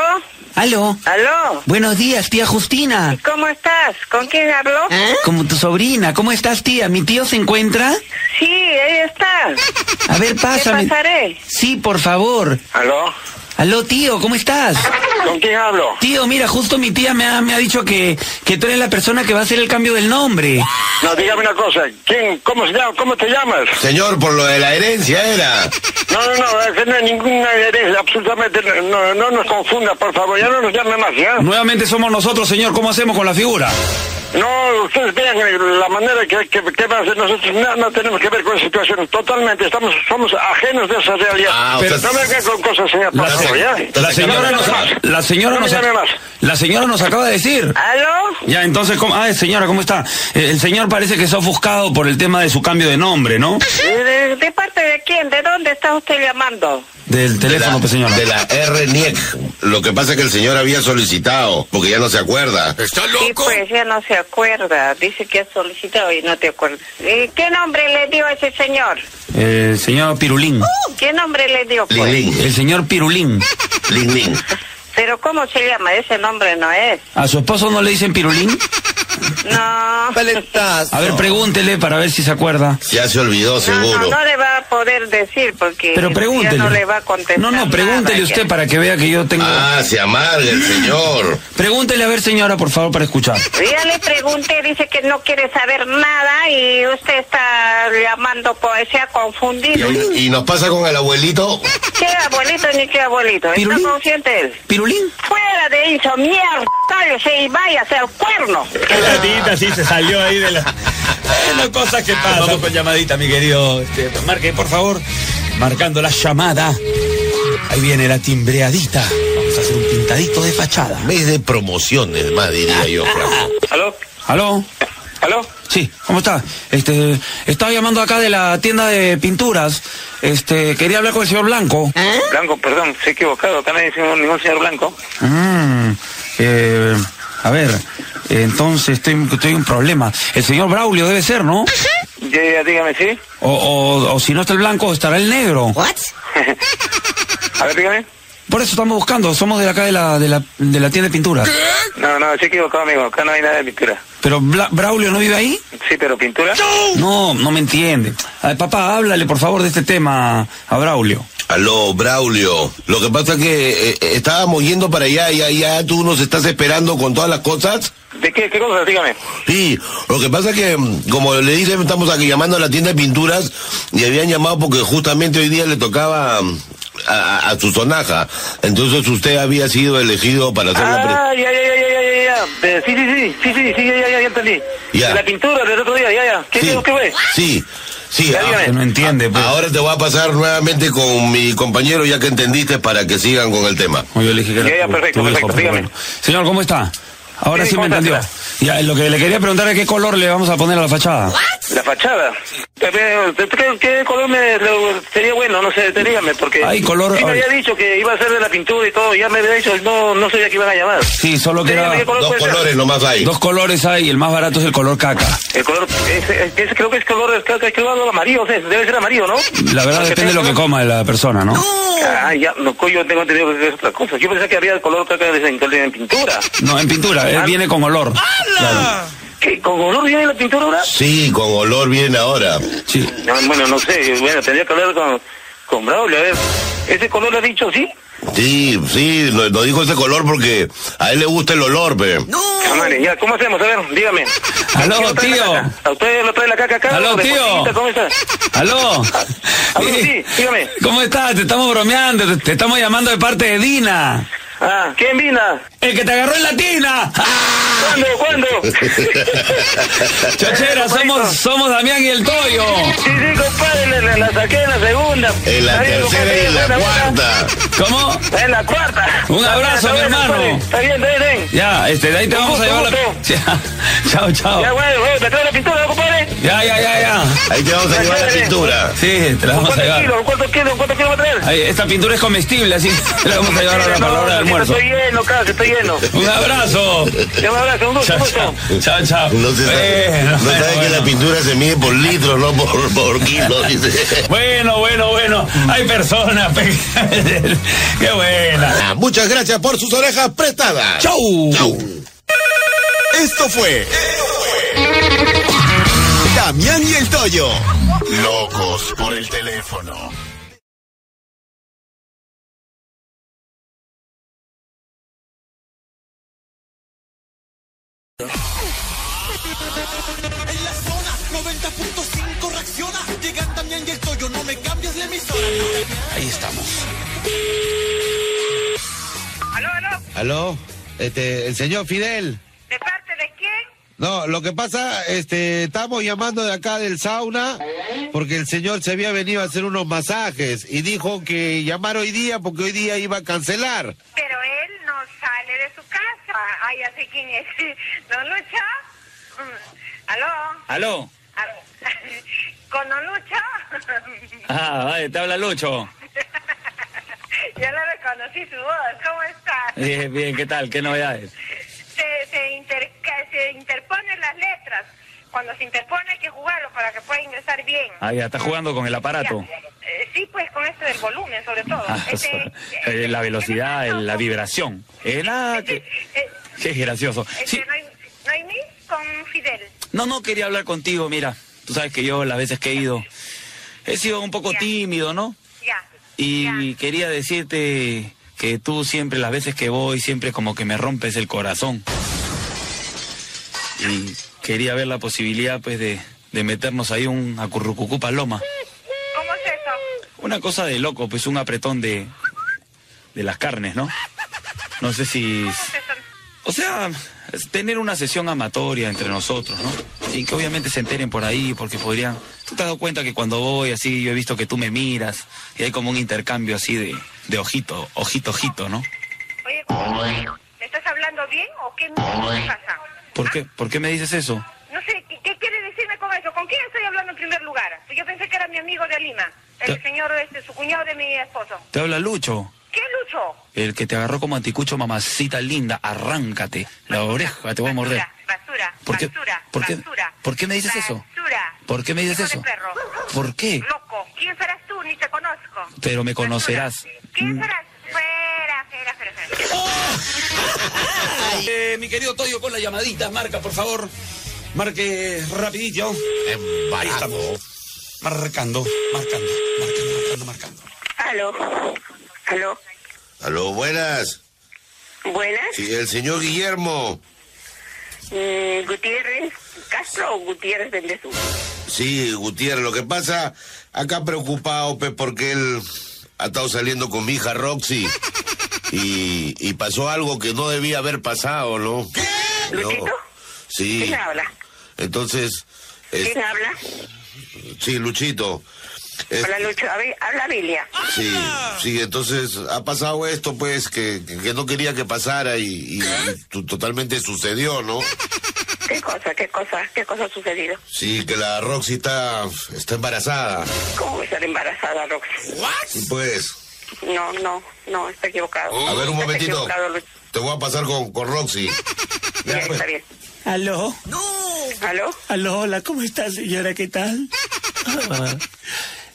Aló.
¿Aló?
Buenos días, tía Justina.
¿Cómo estás? ¿Con quién habló?
Ah.
Como tu sobrina, ¿cómo estás, tía? ¿Mi tío se encuentra?
Sí, ahí está.
A ver,
¿Qué
pásame.
pasaré?
Sí, por favor.
¿Aló?
Aló, tío, ¿cómo estás?
¿Con quién hablo?
Tío, mira, justo mi tía me ha, me ha dicho que, que tú eres la persona que va a hacer el cambio del nombre.
No, dígame una cosa. ¿Quién, cómo, se llama, ¿Cómo te llamas?
Señor, por lo de la herencia era.
No, no, no, es que no hay ninguna herencia, absolutamente. no- No, no nos confunda, por favor, ya no nos llame más, ¿ya?
Nuevamente somos nosotros, señor. ¿Cómo hacemos con la figura?
No, ustedes vean eh, la manera que, que, que va a ser. Nosotros no, no tenemos que ver con esa situación, totalmente. Estamos, somos ajenos de esa realidad.
Ah, o
Pero
sea,
no me vengan con cosas, señor, por
La, se-
favor, ¿ya?
la señora
No me
nos,
llame
a-
más.
la señora
No me
nos, a-
llame más.
la señora nos acaba de decir.
¿Aló?
Ya, entonces, ¿cómo? Ah, señora, ¿cómo está? Eh, el señor parece que se ha ofuscado por el tema de su cambio de nombre, ¿no?
¿De, de- de parte de quién? ¿De dónde está usted llamando?
Del teléfono, pues, señora.
De la RNIEC. Lo que pasa es que el señor había solicitado, porque ya no se acuerda. ¿Está
Sí, pues ya no se acuerda. Dice que ha solicitado y no te acuerdas. ¿Y ¿Qué nombre le dio a ese señor?
El Eh, señor Pirulín.
¿Qué nombre le dio?
Ling
Pues?
Ling,
El señor Pirulín.
Ling Ling.
Pero ¿cómo se llama? Ese nombre no es.
¿A su esposo no le dicen Pirulín?
No.
A ver, pregúntele para ver si se acuerda.
Ya se olvidó,
No, no,
seguro.
no le va a poder decir porque
Pero pregúntele.
ya no le va a contestar.
No, no, pregúntele
nada,
usted
ya.
para que vea que yo tengo...
Ah, se amarga el señor.
Pregúntele a ver, señora, por favor, para escuchar.
Ya le pregunté, dice que no quiere saber nada y usted está llamando poesía confundido.
Y, y nos pasa con el abuelito.
¿Qué abuelito ni qué abuelito? ¿Está
Pirulín.
consciente él?
¿Pirulín?
Fuera de eso, mierda, cállese y váyase al cuerno.
La tita sí se salió ahí de la... Una cosa que pasa. Ah, Vamos con llamadita, mi querido. Este, marque, por favor. Marcando la llamada. Ahí viene la timbreadita. Vamos a hacer un pintadito de fachada.
Mes de promociones, más diría yo, Franco.
¿Aló?
¿Aló?
¿Aló?
Sí, ¿cómo está? Este, estaba llamando acá de la tienda de pinturas. Este, quería hablar con el señor Blanco.
Blanco, perdón, se he equivocado. Acá nadie dice ningún señor Blanco.
Mm, eh, a ver, entonces estoy, estoy en un problema. El señor Braulio debe ser, ¿no?
Ya, ya, dígame, ¿sí?
O, o- o si no está el blanco, estará el negro.
A ver, dígame.
Por eso estamos buscando, somos de acá de la, de la, de la tienda de pinturas.
No, no, se he equivocado, amigo. Acá no hay nada de pintura.
Pero Bla- Braulio no vive ahí.
Sí, pero pintura.
No, no me entiende. A ver, papá, háblale por favor de este tema a Braulio.
Aló, Braulio. Lo que pasa es que eh, eh, estábamos yendo para allá y allá tú nos estás esperando con todas las cosas.
¿De qué, qué cosa? Dígame.
Sí, lo que pasa es que, mm, como le dije, estamos aquí llamando a la tienda de pinturas y habían llamado porque justamente hoy día le tocaba mm, a, a- a su sonaja. Entonces usted había sido elegido para hacer la... pre-
Ah, ya, ya, ya, ya, ya, ya, ya. Eh, sí, sí, sí, sí, sí, sí, ya, ya, ya, ya entendí.
Ya.
De La pintura del otro día, ya, ya. ¿Qué,
sí,
qué, qué fue?
sí, sí.
Ya,
ah,
dígame.
Que no entiende, pues.
ahora te voy a pasar nuevamente con mi compañero ya que entendiste para que sigan con el tema.
Yo le dije que era
Ya, ya,
tu-
perfecto,
tu hijo,
perfecto,
pero
dígame.
bueno. Señor, ¿cómo está? Ahora
Tiene
sí me entendió.
contraste.
Ya, lo que le quería preguntar es qué color le vamos a poner a la fachada.
La fachada. A ver, ¿Qué, qué color me- lo- sería bueno? No sé, dígame, porque...
Ay, color-
Sí me había dicho que iba a ser de la pintura y todo, ya me había dicho, no, no sabía que iban a llamar.
Sí, solo que
Dígame, ¿qué color
Dos
puede ser?
colores nomás hay.
Dos colores hay, el más barato es el color caca.
El color, ese, ese creo que es color, es, creo que es color amarillo, o sea, debe ser amarillo, ¿no?
La verdad
Porque
depende de lo que
tengo-
coma la persona, ¿no?
Ah, ya, no, co- yo tengo entendido que es otra cosa. Yo pensé que había el color que era en, en pintura.
No, en pintura, él viene con olor. Claro.
¿Qué, ¿Con color viene la pintura ahora?
Sí, con olor viene ahora.
Sí.
No, bueno, no sé, bueno, tendría que hablar con, con Braulio, a ver. ¿Ese color lo ha dicho sí?
Sí, sí, no, no dijo ese color porque a él le gusta el olor, pe.
Ah, madre, ya, ¿cómo hacemos? A ver, dígame.
Aló,
¿Quién lo trae la
tío.
caca? ¿A usted lo trae la caca acá?
Aló,
¿O de
tío.
bolsillita? ¿Cómo está?
¿Aló?
Aló, sí, dígame.
¿Cómo estás? Te estamos bromeando, te, te estamos llamando de parte de Dina.
Ah, ¿quién vino?
El que te agarró en la tina.
¿Cuándo? ¿Cuándo?
Chochera, somos, somos Damián y el Toyo.
Sí, sí, compadre, la, la- la saqué en la segunda.
En la
Ahí,
tercera y
compadre,
en la
buena, buena.
cuarta.
¿Cómo?
En la cuarta.
Un abrazo,
Está
mi
bueno,
hermano.
compadre. Está bien, está bien, está bien.
Ya, este, de ahí te
Un
vamos a
gusto,
llevar la...
un gusto.
Ya, chao, chao.
Ya, güey, güey, ¿me trae la pintura, compadre?
Ya, ya, ya, ya.
Ahí te vamos a llevar la pintura.
Sí, te la vamos a
¿Cuántos
llevar.
kilos? ¿Cuántos kilos? ¿Cuántos kilos va a traer?
Ay, esta pintura es comestible, así te la vamos a llevar ahora para la hora del
No,
almuerzo.
Estoy lleno, casi, estoy lleno.
Un abrazo.
Ya un abrazo, un gusto,
Chao,
un
chao.
gusto.
Chao, chao.
No se sabe,
Bueno,
no
bueno,
sabe que
bueno.
la pintura se mide por litros, no por, por kilos, dice.
Bueno, bueno, bueno. Hay personas. pe- Qué buena.
Ah, Muchas gracias por sus orejas prestadas.
Chau.
Chau.
Esto fue. Damián y el Toyo.
Locos por el teléfono.
En la zona 90.5 reacciona. Llegan Damián y el Toyo, no me cambies la emisora.
Ahí estamos.
Aló, aló,
Aló, este, el señor Fidel.
¿de parte de quién?
No, lo que pasa, este, estamos llamando de acá del sauna porque el señor se había venido a hacer unos masajes y dijo que llamar hoy día porque hoy día iba a cancelar.
Pero él no sale de su casa. Ay, ya sé quién es. ¿Don Lucha? Mm, ¿Aló?
Aló.
Aló. ¿Con Don Lucha?
Ah, vale, te habla Lucho.
ya lo reconocí su voz. ¿Cómo está?
Bien, bien, ¿qué tal? ¿Qué novedades?
Se, se, interca- se interponen las letras. Cuando se interpone hay que jugarlo para que pueda ingresar bien.
Ah, ya, estás jugando con el aparato.
Ya. Eh, sí, pues con esto del volumen, sobre todo.
Ah,
Este,
eh, la velocidad,
este,
el- la vibración. Eh, nada, que,
eh,
qué gracioso.
este,
Sí,
no hay, no hay mis con Fidel.
no, no quería hablar contigo, mira. Tú sabes que yo las veces que he ido, he sido un poco tímido, ¿no?
Ya.
Y quería decirte que tú siempre, las veces que voy, siempre como que me rompes el corazón. Y quería ver la posibilidad, pues, de, de meternos ahí un acurrucucú paloma.
¿Cómo es eso?
Una cosa de loco, pues, un apretón de, de las carnes, ¿no? No sé si...
¿Cómo es eso?
O sea, es tener una sesión amatoria entre nosotros, ¿no? Y que obviamente se enteren por ahí, porque podrían... Tú te has dado cuenta que cuando voy así, yo he visto que tú me miras, y hay como un intercambio así de, de ojito, ojito, ojito, ¿no?
Oye, ¿cómo- ¿me estás hablando bien o qué mierda te pasa?
¿Por qué, ¿Por qué me dices eso?
No sé, ¿qué, qué quieres decirme con eso? ¿Con quién estoy hablando en primer lugar? Pues Yo pensé que era mi amigo de Lima, el
Te-
señor, este, su cuñado de mi esposo.
Te habla Lucho,
¿Qué lucho?
el que te agarró como anticucho, mamacita linda, arráncate, la oreja te voy a morder.
Basura,
¿Por qué?
basura,
¿Por qué?
basura.
¿Por qué me dices eso?
Basura.
¿Por qué me dices
Hijo de
eso?
perro.
¿Por qué?
Loco, ¿quién serás tú? Ni te conozco.
Pero me
Basura.
conocerás. Mm.
¿Quién serás? Fuera, fuera, fuera, fuera.
Eh, mi querido Toyo, con la llamadita, marca, por favor. Marque rapidito. Ahí estamos. Marcando, marcando, marcando, marcando, marcando.
Aló. Aló.
Aló, buenas.
Buenas.
Sí, el señor Guillermo.
Mm, Gutiérrez Castro o Gutiérrez Bendezú.
Sí, Gutiérrez, lo que pasa, acá preocupado, pe, porque él ha estado saliendo con mi hija Roxy. Y, y pasó algo que no debía haber pasado, ¿no? No.
¿Luchito?
Sí.
¿Quién habla?
Entonces, es-
¿Quién habla?
sí, Luchito. Este-
Hola, Lucho. A ver, habla Bilia.
Sí,
¡Ah!
sí, entonces ha pasado esto, pues, que, que no quería que pasara y, y- y tu- totalmente sucedió, ¿no?
¿Qué cosa, qué cosa, qué cosa ha sucedido?
Sí, que la Roxy está, está embarazada.
¿Cómo voy a estar embarazada, Roxy?
Sí, pues.
No, no, no, está equivocado.
A ver, un
Está
momentito.
equivocado, Lucho.
Te voy a pasar con, con Roxy.
Ya,
Ya, pues.
está bien.
Aló,
¿Aló?
aló, hola, ¿cómo está señora? ¿Qué tal? Ah,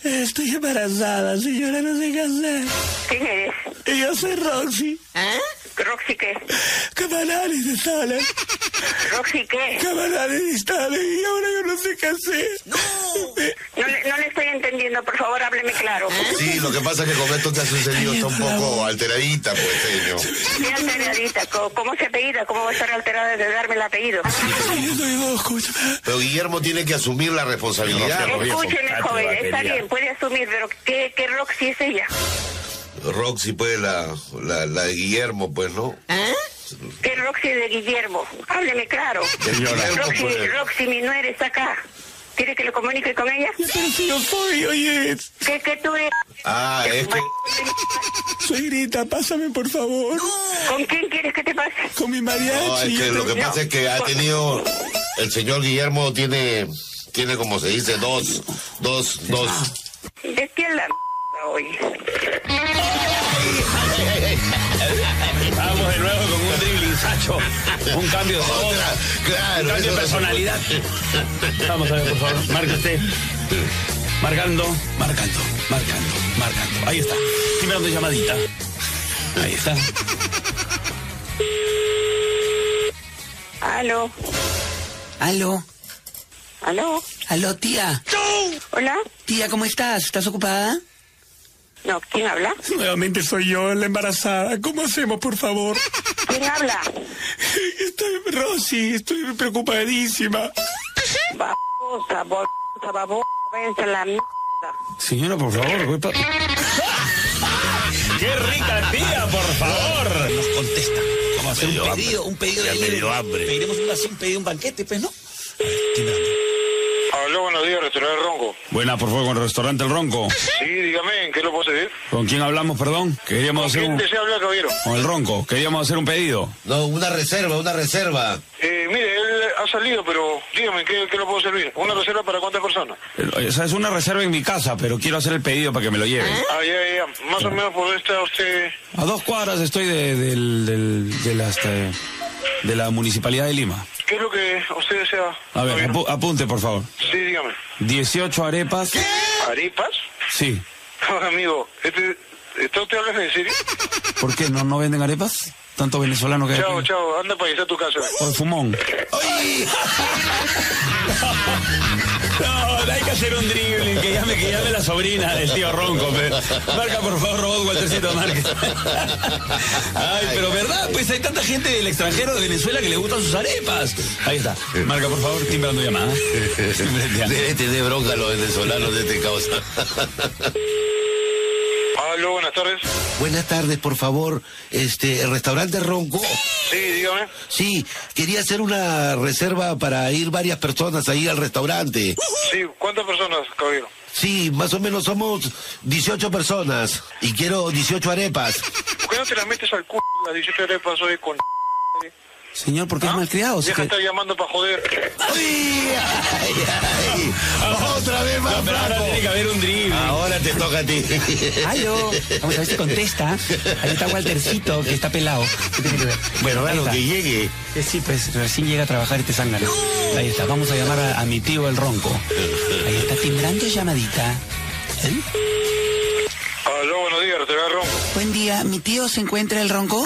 Estoy embarazada, señora, no sé qué hacer.
¿Quién eres?
Y Yo soy Roxy.
¿Roxy qué?
Camaranes de sala,
¿Roxy qué?
camaranes de sala, y ahora yo no sé qué hacer.
No le, no le estoy entendiendo, por favor, hábleme claro.
Sí, lo que pasa es que con esto que ha sucedido está un poco alteradita, pues, señor.
Bien alteradita, co- ¿cómo se apellida? ¿Cómo va a estar alterada de darme el apellido?
Ah,
Yo soy Bosco, ¿sabes?
Pero Guillermo tiene que asumir la responsabilidad.
Escúcheme, joven, está bien, puede asumir, pero ¿qué, qué Roxy es ella?
Roxy, pues, la, la, la de Guillermo, pues, ¿no?
Ah. ¿Qué Roxy de Guillermo? Hábleme claro.
Señora.
Roxy, Roxy, mi nuera está acá. ¿Quiere que le comunique con ella?
Pero si yo soy, oye,
¿Qué, qué tú eres?
Ah, es que...
soy grita, pásame por favor,
¿Con quién quieres que te pase?
con mi
No,
mariachi.
es que lo que
No.
pasa es que ha tenido el señor Guillermo tiene tiene como se dice dos dos dos
¿De quién la m- hoy?
Vamos de nuevo con un dribbling, Sacho. Un cambio de voz,
Otra,
un
claro
cambio de
eso-
personalidad. Vamos a ver, por favor. Marca usted. Marcando, marcando, marcando, marcando. Ahí está. Primero de llamadita. Ahí está.
¿Aló?
Aló,
¿Aló?
aló, tía.
¿Hola?
Tía, ¿cómo estás? ¿Estás ocupada?
No, ¿quién habla?
Nuevamente soy yo, la embarazada. ¿Cómo hacemos, por favor?
¿Quién habla?
Estoy, Rosy, estoy preocupadísima.
Babosa, babosa, babosa, váyanse a la mierda.
Señora, por favor. voy pa- ¡Qué rica tía, por favor! Nos contesta. Vamos a hacer un pedido, un pedido de
dio hambre.
Pediremos una, un pedido, un banquete, pues, ¿no?
Aló, buenos días, restaurante Ronco.
Buena, por favor, con el restaurante El Ronco.
Sí, dígame, ¿en qué lo puedo servir?
¿Con quién hablamos, perdón? Queríamos hacer
¿Quién
un...
desea hablar, caballero?
Con el Ronco. Queríamos hacer un pedido.
no una reserva una reserva
Eh, mire, él ha salido, pero dígame, ¿en qué, qué lo puedo servir? ¿Una reserva para cuántas personas?
O sea, es una reserva en mi casa, pero quiero hacer el pedido para que me lo lleven.
Ah, ya, ya, más o menos por esta usted...
A dos cuadras estoy de, del- del- de la, este, de la municipalidad de Lima.
¿Qué es lo que usted desea?
A ver,
caballero?
apu- apunte, por favor.
Sí, dígame.
18 arepas.
¿Arepas?
Sí.
Oh, Amigo, este, ¿está usted hablando en serio?
¿Por qué? ¿No, no venden arepas? Tanto venezolano que hay
Chao,
aquí.
chao, anda para allá a tu casa.
O el fumón. No, no hay que hacer un dribbling, que llame, que llame la sobrina del tío Ronco. pe. Marca, por favor, robot Waltercito Márquez. Ay, pero verdad, pues hay tanta gente del extranjero de Venezuela que le gustan sus arepas. Ahí está. Marca, por favor, timbrando llamada.
debe tener bronca los venezolanos de este causa
Aló, buenas tardes.
Buenas tardes, por favor. Este, ¿el restaurante Ronco.
Sí, dígame.
Sí, quería hacer una reserva para ir varias personas ahí al restaurante.
Sí, ¿cuántas personas, caballero?
Sí, más o menos somos 18 personas y quiero 18 arepas.
¿Por qué no te las metes al culo? Las 18 arepas hoy con...
Señor, ¿por qué es malcriado?
Deja de estar llamando para joder.
¡Ay, ay, ay! Otra vez más
ahora
flaco.
tiene que haber un dribbling.
ahora te toca a ti
Aló. Vamos a ver si contesta. Ahí está Waltercito, que está pelado. ¿Qué tiene que ver?
bueno
Ahí
a lo
está.
que llegue
Eh, Sí, pues recién llega a trabajar este zángano. Ahí está, vamos a llamar a, a mi tío el ronco. Ahí está timbrando llamadita. ¿Eh?
Aló, buenos días, restaurante Ronco.
Buen día, ¿mi tío se encuentra el ronco?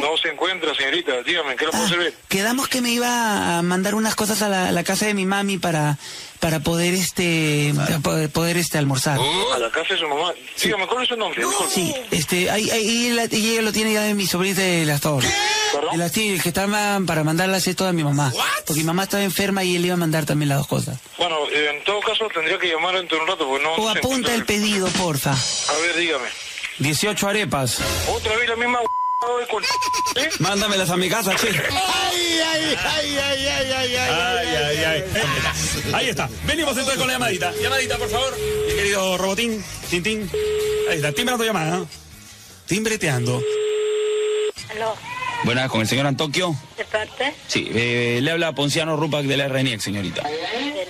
No se encuentra, señorita. Dígame, ¿en ¿qué le puedo
Ah,
servir?
quedamos que me iba a mandar unas cosas a la, la casa de mi mami para, para poder este para poder, poder, este almorzar.
Oh.
A la casa de su mamá. Dígame, ¿cuál es su nombre? Disculpe.
Sí, este, ahí, ahí y la- y ella lo tiene ya de mi sobrina de las torres.
¿Perdón?
De las tías, que estaban para mandarlas esto a mi mamá. Porque mi mamá estaba enferma y él iba a mandar también las dos cosas.
Bueno, eh, en todo caso tendría que llamar dentro de un rato porque no...
O
no
apunta
se encuentra
el pedido, porfa.
A ver, dígame.
18 arepas.
Otra vez la misma...
Mándamelas a mi casa, che.
Ay, ay, ay, ay, ay, ay,
Ay, ay, ay. Ahí está. Venimos entonces con la llamadita. Llamadita, por favor. Mi querido robotín, tintín. Ahí está, timbrando llamada. Timbreteando.
Aló,
Buenas, con el señor Antoquio.
¿de parte?
Sí, eh, le habla Ponciano Rupac de la RNIEC, señorita.
¿De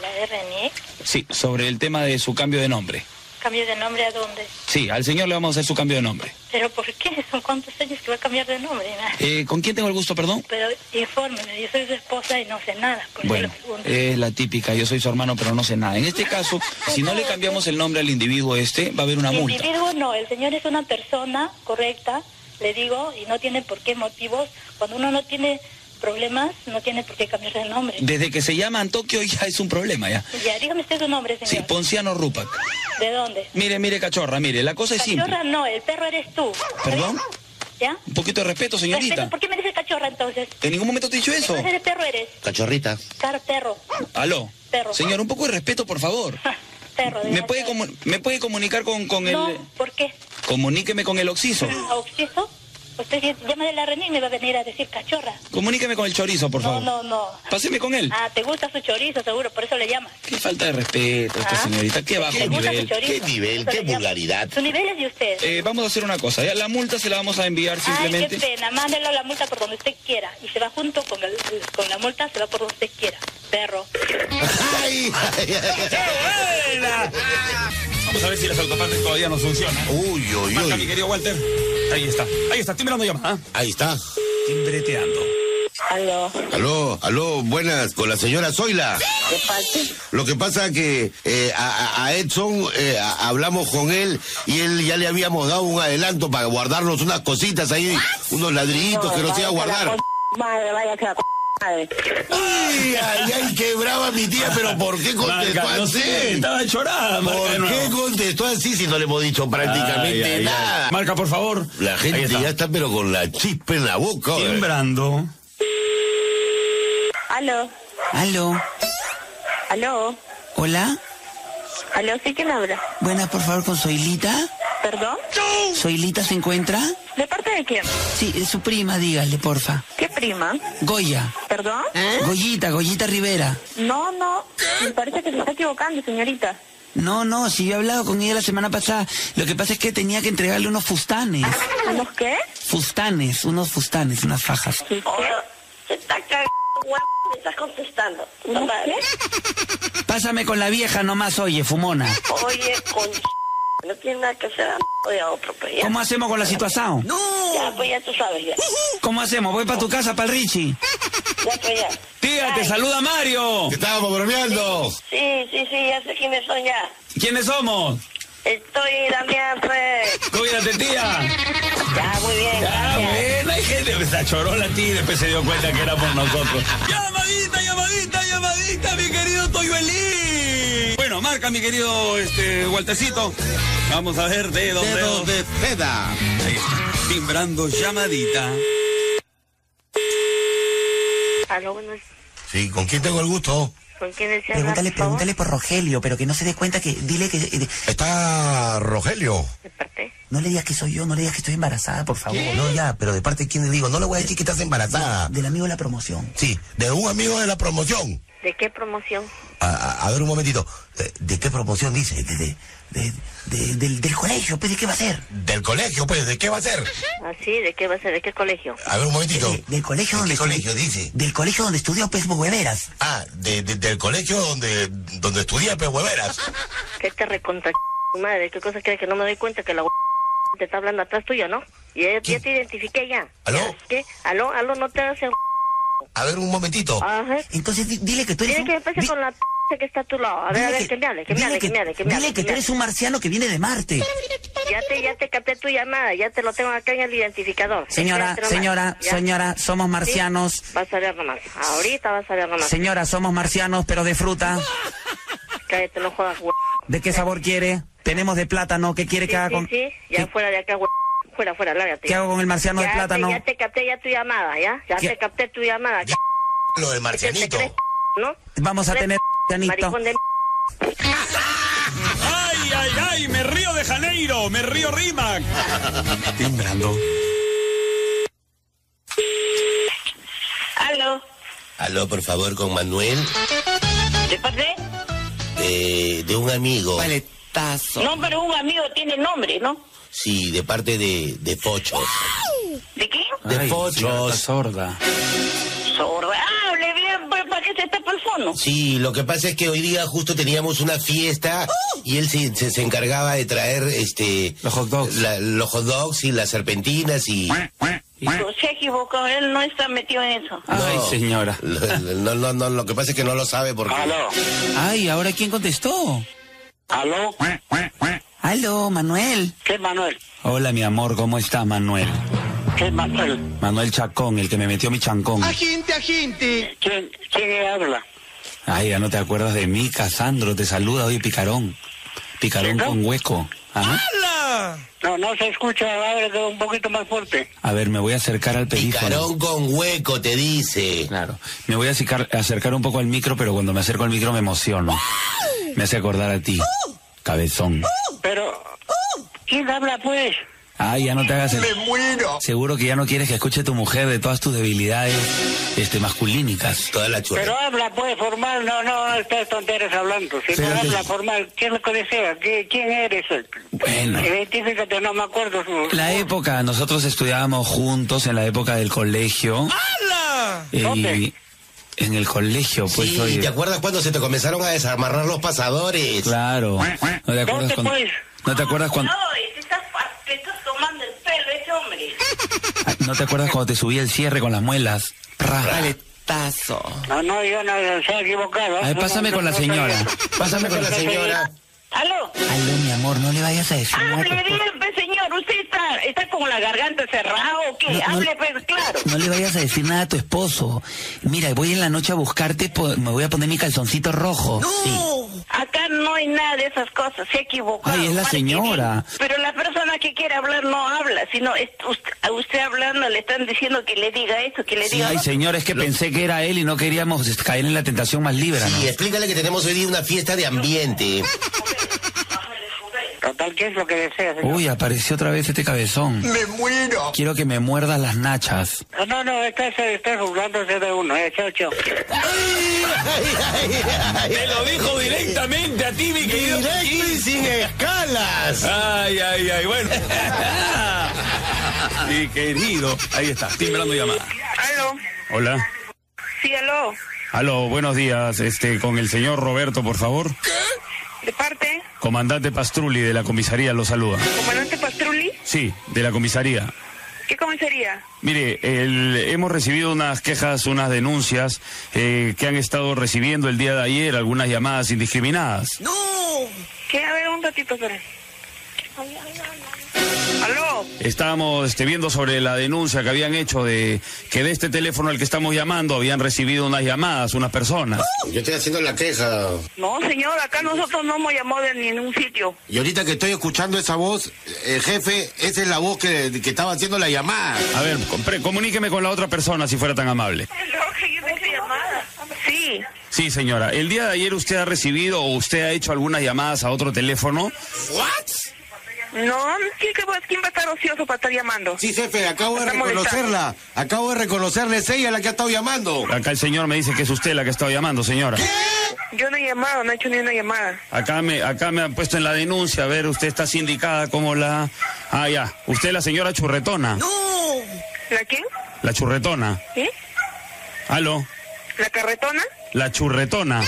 la RNI?
Sí, sobre el tema de su cambio de nombre.
¿Cambio de nombre a dónde?
Sí, al señor le vamos a hacer su cambio de nombre.
¿Pero por qué? ¿Son cuántos años que va a cambiar de nombre? Nada.
Eh, ¿Con quién tengo el gusto, perdón?
Pero infórmeme, yo soy su esposa y no sé nada. Por eso
Bueno, eh,
le pregunto.
es la típica, yo soy su hermano, pero no sé nada. En este caso, si no le cambiamos el nombre al individuo este, va a haber una
El
multa.
individuo no, el señor es una persona correcta, le digo, y no tiene por qué motivos. Cuando uno no tiene problemas, no tiene por qué cambiar de nombre.
Desde que se llama Antoquio ya es un problema ya.
Ya, dígame usted su nombre,
Sí,
señor.
Ponciano Rupac.
¿De dónde?
Mire, mire, cachorra, mire, la cosa es simple.
Cachorra no, el perro eres tú.
¿Perdón?
¿Ya?
Un poquito de respeto, señorita. Oh.
Respeto, ¿Por qué me dices cachorra entonces?
En ningún momento te he dicho eso.
Entonces el perro eres.
Cachorrita.
Car perro.
Aló.
Perro.
Señor, un poco de respeto, por favor.
Perro.
¿Me puede, comu- me puede comunicar con, con el... Oh.
No, ¿por qué?
Comuníqueme con el oxiso.
¿A Oxiso? Usted si llama de la RNI y me va a venir a decir cachorra.
Comuníqueme con el chorizo, por
No,
favor.
no, no.
Páseme con él.
Ah, te gusta su chorizo, seguro, por eso le llamas.
Qué falta de respeto esta
Ah.
señorita. Qué bajo
¿Te gusta
nivel.
su chorizo? Eso le llamo. Su nivel es de usted.
Eh, vamos a hacer una cosa. ya La multa se la vamos a enviar
Ay,
simplemente.
qué pena, mándelo la multa por donde usted quiera. Y se va junto con, el- con la multa, se va por donde usted quiera. Perro.
¡Ay!
Vamos a ver si las autopartes todavía no funcionan.
Uy, uy,
Marca, mi querido Walter. Ahí está. Ahí está, timbrando llamada. Ah,
Ahí está.
Timbreteando.
Aló.
Aló, aló, buenas, con la señora Zoila.
¿De parte?
Lo que pasa que eh, a, a- a Edson eh, a- hablamos con él y él ya le habíamos dado un adelanto para guardarnos unas cositas ahí, unos ladrillitos que nos iba a guardar.
Madre, vaya que la c- madre.
Ay, ay, ay, qué brava mi tía, pero ¿por qué contestó
Marca, no
así?
sé, estaba llorada, Marca, de
¿Por
nuevo.
qué contestó así si no le hemos dicho prácticamente
Ay, ay, ay.
nada?
Marca, por favor.
La gente
Ahí está.
ya está, pero con la chispa en la boca. oye.
Timbrando.
Aló.
Aló.
Aló.
Hola.
Aló, ¿sí quién habla?
Buenas, por favor, con Soilita.
¿Perdón?
¿Soilita se encuentra?
¿De parte de quién?
Sí, es su prima, dígale, porfa.
¿Qué prima?
Goya.
¿Perdón?
Goyita, Goyita Rivera.
No, no. Me parece que se está equivocando, señorita.
No, no, si yo he hablado con ella la semana pasada. Lo que pasa es que tenía que entregarle unos fustanes.
¿Unos qué?
Fustanes, unos fustanes, unas fajas.
Se está cagando, me estás contestando.
Pásame con la vieja nomás, oye, fumona.
Oye, con no tiene nada que hacer de a otro, pues, pero
¿Cómo hacemos con la situación?
Ya, pues ya tú sabes, ya.
Uh-huh.
¿Cómo hacemos? Voy para tu casa, para Richie.
Ya, pues ya.
Tía, te saluda Mario.
Te estábamos bromeando.
Sí, sí, sí, ya sé quiénes son ya.
¿Quiénes somos?
Estoy Damián, pues.
Cuídate, tía.
Ya, muy bien.
Ah,
gracias.
bueno, hay gente que se achoró la tía y después se dio cuenta que era por nosotros. ¡Llamadita, llamadita, llamadita, mi querido Toyuelín! Bueno, marca, mi querido este, Waltercito. Vamos a ver de dónde.
Dedo de
peda. Ahí está. Timbrando llamadita.
Aló, buenos-
Sí, ¿con quién tengo el gusto?
¿Con quién decía
Pregúntale, pregúntale por Rogelio, pero que no se dé cuenta que... Dile que... eh,
Está Rogelio.
No le digas que soy yo, no le digas que estoy embarazada, por favor.
No, ya, pero de parte de quién le digo, no le voy a decir que estás embarazada.
Del amigo de la promoción.
Sí, de un amigo de la promoción.
¿De qué promoción?
A, a- a ver un momentito, eh, ¿de qué promoción dice? De- de- de- de- del, del colegio, pues, ¿de qué va a ser? Del colegio, pues, ¿de qué va a ser?
Así, ¿de qué va a ser? ¿De qué colegio?
A ver un momentito.
Del colegio donde...
¿Qué colegio dice?
Del colegio donde estudió pues, Pesbo Hueveras.
Ah, de- de- del colegio donde, donde estudia, pues, hueveras.
¿Qué te este recontra madre? ¿Qué cosa crees que no me doy cuenta que la te está hablando atrás tuyo, no? Y ya, ya te identifiqué ya.
¿Aló?
¿Qué? ¿Aló? ¿Aló? No te hagas el...
A ver un momentito.
Ah.
Ajá.
Entonces di- dile que tú eres
Dile
un-
que empiece
di-
con la que está a tu lado. A ver, a
dile
ver, que me hable, que me
dile
hable, que me hable, que me hable.
Dile que
que
tú
me
eres un marciano que viene de Marte.
hable. Ya te, ya te capté tu llamada, ya te lo tengo acá en el identificador.
Señora,
Espérate nomás,
señora,
ya.
señora, somos marcianos.
Sí, Vas a ver nomás, ahorita vas a ver nomás.
Señora, somos marcianos, pero de fruta.
Cállate, no jodas, hue-
¿De qué sabor quiere? Tenemos de plátano. ¿Qué quiere
Sí,
que haga
sí,
con...?
sí, ya fuera de acá, hue- Fuera, fuera, lárgate.
¿Qué hago con el marciano de
Ya te-
plátano?
ya te capté ya tu llamada, ¿ya? Ya
¿Qué?
te capté tu llamada.
Lo del
¿Qué te
marcianito.
crees, ¿No?
Vamos a
¿Crees,
tener marcianito.
Maricón de...
¡Ay, ay, ay! ¡Me río de Janeiro! ¡Me río Rimac! Timbrando.
Aló, por favor, con Manuel.
¿De parte?
De, de un amigo.
Paletazo. No, pero un amigo tiene nombre, ¿no?
Sí, de parte de, de Pochos.
¿De quién?
De Pochos.
sorda.
Sorda. Ah, hable bien, pues, ¿para qué se tapa el fono?
Sí, lo que pasa es que hoy día justo teníamos una fiesta y él se, se- se encargaba de traer este los hot dogs, los hot dogs y las serpentinas y
Se ha equivocado, él no está metido en eso.
Ay, señora. No, no, no, lo que pasa es que no lo sabe porque
Ay, ¿ahora quién contestó?
¿Aló?
Aló, Manuel.
¿Qué Manuel?
Hola, mi amor, ¿cómo estás, Manuel?
¿Qué Manuel?
Manuel Chacón, el que me metió mi chancón.
Agente, agente. ¿Quién, quién habla?
Ay, ya no te acuerdas de mí, Casandro, te saluda hoy Picarón. Picarón con hueco. Ajá.
No, no se escucha, abre un poquito más fuerte.
A ver, me voy a acercar al pelífono.
Picarón con hueco, te dice.
Claro. Me voy a acercar, acercar un poco al micro, pero cuando me acerco al micro me emociono. Me hace acordar a ti, cabezón.
Pero, ¿quién habla pues?
Ay, ya no te hagas el...
Me muero.
Seguro que ya no quieres que escuche tu mujer de todas tus debilidades este, masculínicas.
Toda la
Pero habla pues formal, no, no, no estás tonteras hablando. Si no
Espérate.
habla formal, ¿qué es lo que desea? ¿Qué- ¿Quién eres?
Bueno.
Eh. Identifícate, no me acuerdo. su-
La época, nosotros estudiábamos juntos en la época del colegio. Eh,
¿Dónde?
en el colegio, pues
Sí,
oye.
¿te acuerdas cuando se te comenzaron a desarmarrar los pasadores?
Claro. ¿No te acuerdas
¿Dónde,
cuando?
pues?
¿No te acuerdas cuando?
y te estás, te estás tomando el pelo, ese hombre.
Ay, ¿No te acuerdas cuando te subí el cierre con las muelas? Ra. Paletazo.
No, no, yo no, se ha equivocado.
A ver,
No,
pásame
no,
con la
no, no,
señora.
no.
Pásame con la señora.
¿Aló?
Aló, mi amor, no le vayas a decir nada.
Hable bien, pues, señor. ¿Usted está, está con la garganta cerrada o qué?
No, no.
Hable, pues, claro.
No le vayas a decir nada a tu esposo. Mira, voy en la noche a buscarte, po- me voy a poner mi calzoncito rojo.
Acá no hay nada de esas cosas, se equivocó.
Ay, es la señora.
Pero la persona que quiere hablar no habla, sino es- usted, a usted hablando le están diciendo que le diga esto, que le
Sí,
diga...
ay,
lo-
señor, es que pensé que era él y no queríamos es- caer en la tentación más libre,
Sí,
¿no?
explícale que tenemos hoy día una fiesta de ambiente.
Total, ¿qué es lo que deseas?
Uy, apareció otra vez este cabezón.
Me muero.
Quiero que me muerdas las nachas.
No, no, no, estás, estás burlándose de uno, eh, chao, chao.
Te lo dijo directamente a ti, mi querido. Directo y sin escalas. Ay, ay, ay, bueno. mi querido, ahí está, timbrando llamada.
Aló,
Hola.
sí, aló.
Aló, buenos días, este, con el señor Roberto, por favor.
¿De parte?
Comandante Pastrulli de la comisaría lo saluda.
¿Comandante Pastrulli?
Sí, de la comisaría.
¿Qué comisaría?
Mire, el- hemos recibido unas quejas, unas denuncias eh, que han estado recibiendo el día de ayer, algunas llamadas indiscriminadas.
¡No! ¿Qué? A ver, un ratito, espera. Aló,
Estábamos este, viendo sobre la denuncia que habían hecho de que de este teléfono al que estamos llamando habían recibido unas llamadas, unas personas.
Yo estoy haciendo la queja.
no, señor, acá nosotros no hemos llamado de ningún sitio.
Y ahorita que estoy escuchando esa voz, el jefe, esa es la voz que, que estaba haciendo la llamada.
A ver, compre- comuníqueme con la otra persona si fuera tan amable.
Sí,
Sí, señora. El día de ayer usted ha recibido o usted ha hecho algunas llamadas a otro teléfono.
no, sí, que pues, ¿quién va a estar ocioso para estar llamando?
Sí, jefe, acabo de
Está molestando.
reconocerla. Acabo de reconocerla, es ella la que ha estado llamando.
Acá el señor me dice que es usted la que ha estado llamando, señora.
Yo no he llamado, no he hecho ni una llamada.
Acá me, acá me han puesto en la denuncia. A ver, usted está sindicada como la. Ah, ya. Usted es la señora churretona.
¿La quién?
La churretona.
¿Eh?
Aló.
¿La carretona?
La churretona.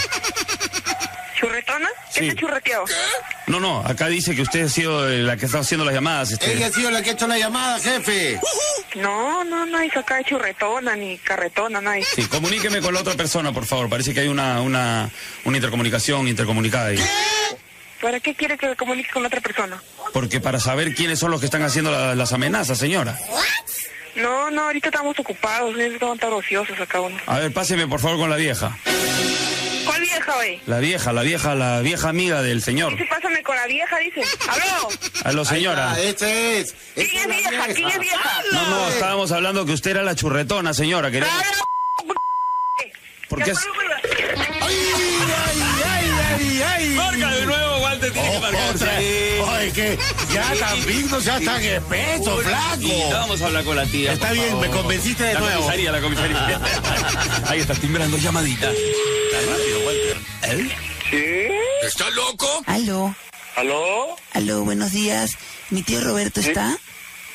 ¿Churretona? ¿Qué
Sí.
se churreteó?
No, no, acá dice que usted ha sido eh, la que está haciendo las llamadas. este.
Ella ha sido la que ha hecho la llamada, jefe.
No, no, no hay acá de churretona ni carretona, no hay.
Sí, comuníqueme con la otra persona, por favor. Parece que hay una, una, una intercomunicación intercomunicada ahí.
¿Para qué quiere que me comunique con otra persona?
Porque para saber quiénes son los que están haciendo la- las amenazas, señora.
No, no, ahorita estamos ocupados, no estamos tan ociosos acá uno.
A ver, páseme, por favor, con la vieja.
¿Cuál vieja, güey?
La vieja, la vieja, la vieja amiga del señor.
Dice, pásame con la vieja, dice. ¡Aló!
A lo señora.
Ah,
Este es.
¿Quién es vieja? ¿Quién es vieja?
No, no, estábamos hablando que usted era la churretona, señora. Quería... Porque es...
ay, ay, ay!
Oh, Marca de nuevo, Walter, tiene que marcar.
Oye, que
Ya también no seas tan espeso,
Una tía,
flaco.
Vamos a hablar con la tía.
Está
por
bien,
favor.
me convenciste de
la
nuevo.
Comisaría, la comisaría. Ahí estás timbrando llamadita. ¿Eh? Está rápido, Walter.
¿Sí? ¿Está loco?
Aló.
¿Aló?
Aló, buenos días. ¿Mi tío Roberto está?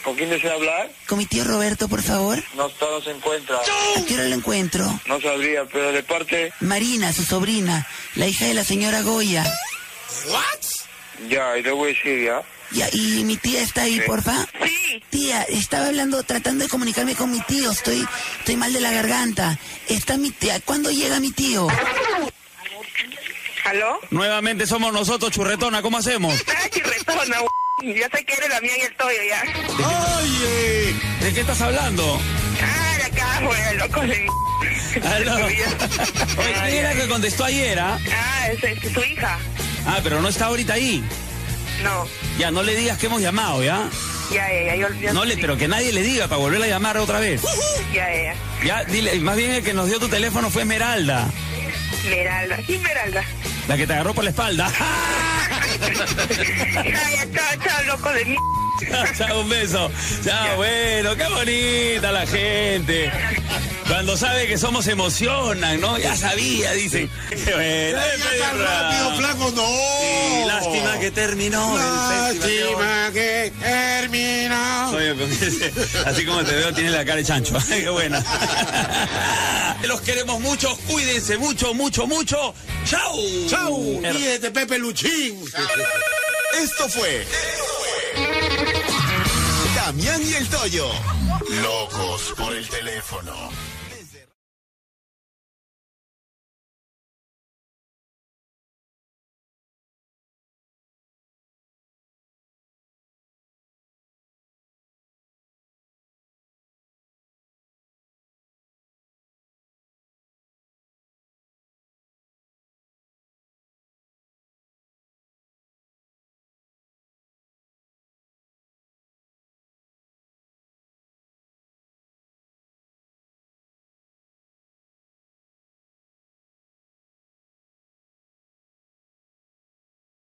¿Con quién desea hablar?
Con mi tío Roberto, por favor.
No está, no se encuentra.
¿A qué hora lo encuentro?
No sabría, pero de parte...
Marina, su sobrina, la hija de la señora Goya.
Ya, y le voy a decir ya.
Ya, ¿Y mi tía está ahí, porfa? Sí. Tía, estaba hablando, tratando de comunicarme con mi tío. Estoy, estoy mal de la garganta. Está mi tía. ¿Cuándo llega mi tío?
¿Aló? Nuevamente somos nosotros, churretona. ¿Cómo hacemos?
Retona, ya sé que eres la mía y el toyo ya.
¡Oye! ¿De qué estás hablando?
Ah, de acá, güey, loco de
Aló. Ah, Oye, ¿quién era que contestó ayer, ah?
Ah, es, es su hija.
Ah, pero no está ahorita ahí.
No,
Ya, no le digas que hemos llamado, ¿ya?
ya, ya, ya, yo ya
No le, pero que nadie le diga para volver a llamar otra vez.
Ya, ya, ya.
Ya, dile, más bien el que nos dio tu teléfono fue Esmeralda,
Esmeralda, sí, Esmeralda.
la que te agarró por la espalda.
Ay, ya, chao, chao, loco de mí.
Chao, un beso. Chao, bueno, qué bonita la gente. Cuando sabe que somos emocionan, ¿no? Ya sabía, dicen. Qué bueno,
Ya
despedí
tan
el programa.
rápido, flaco, no.
Sí, lástima que terminó. el festival.
Lástima que terminó.
Oye, pero ese- así como te veo, tienes la cara de chancho. Qué buena. Los queremos mucho, cuídense mucho, mucho, mucho. ¡Chao! ¡Chao!
Ríete, este Pepe Luchín.
Esto fue. Damián y el Toyo. Locos por el teléfono.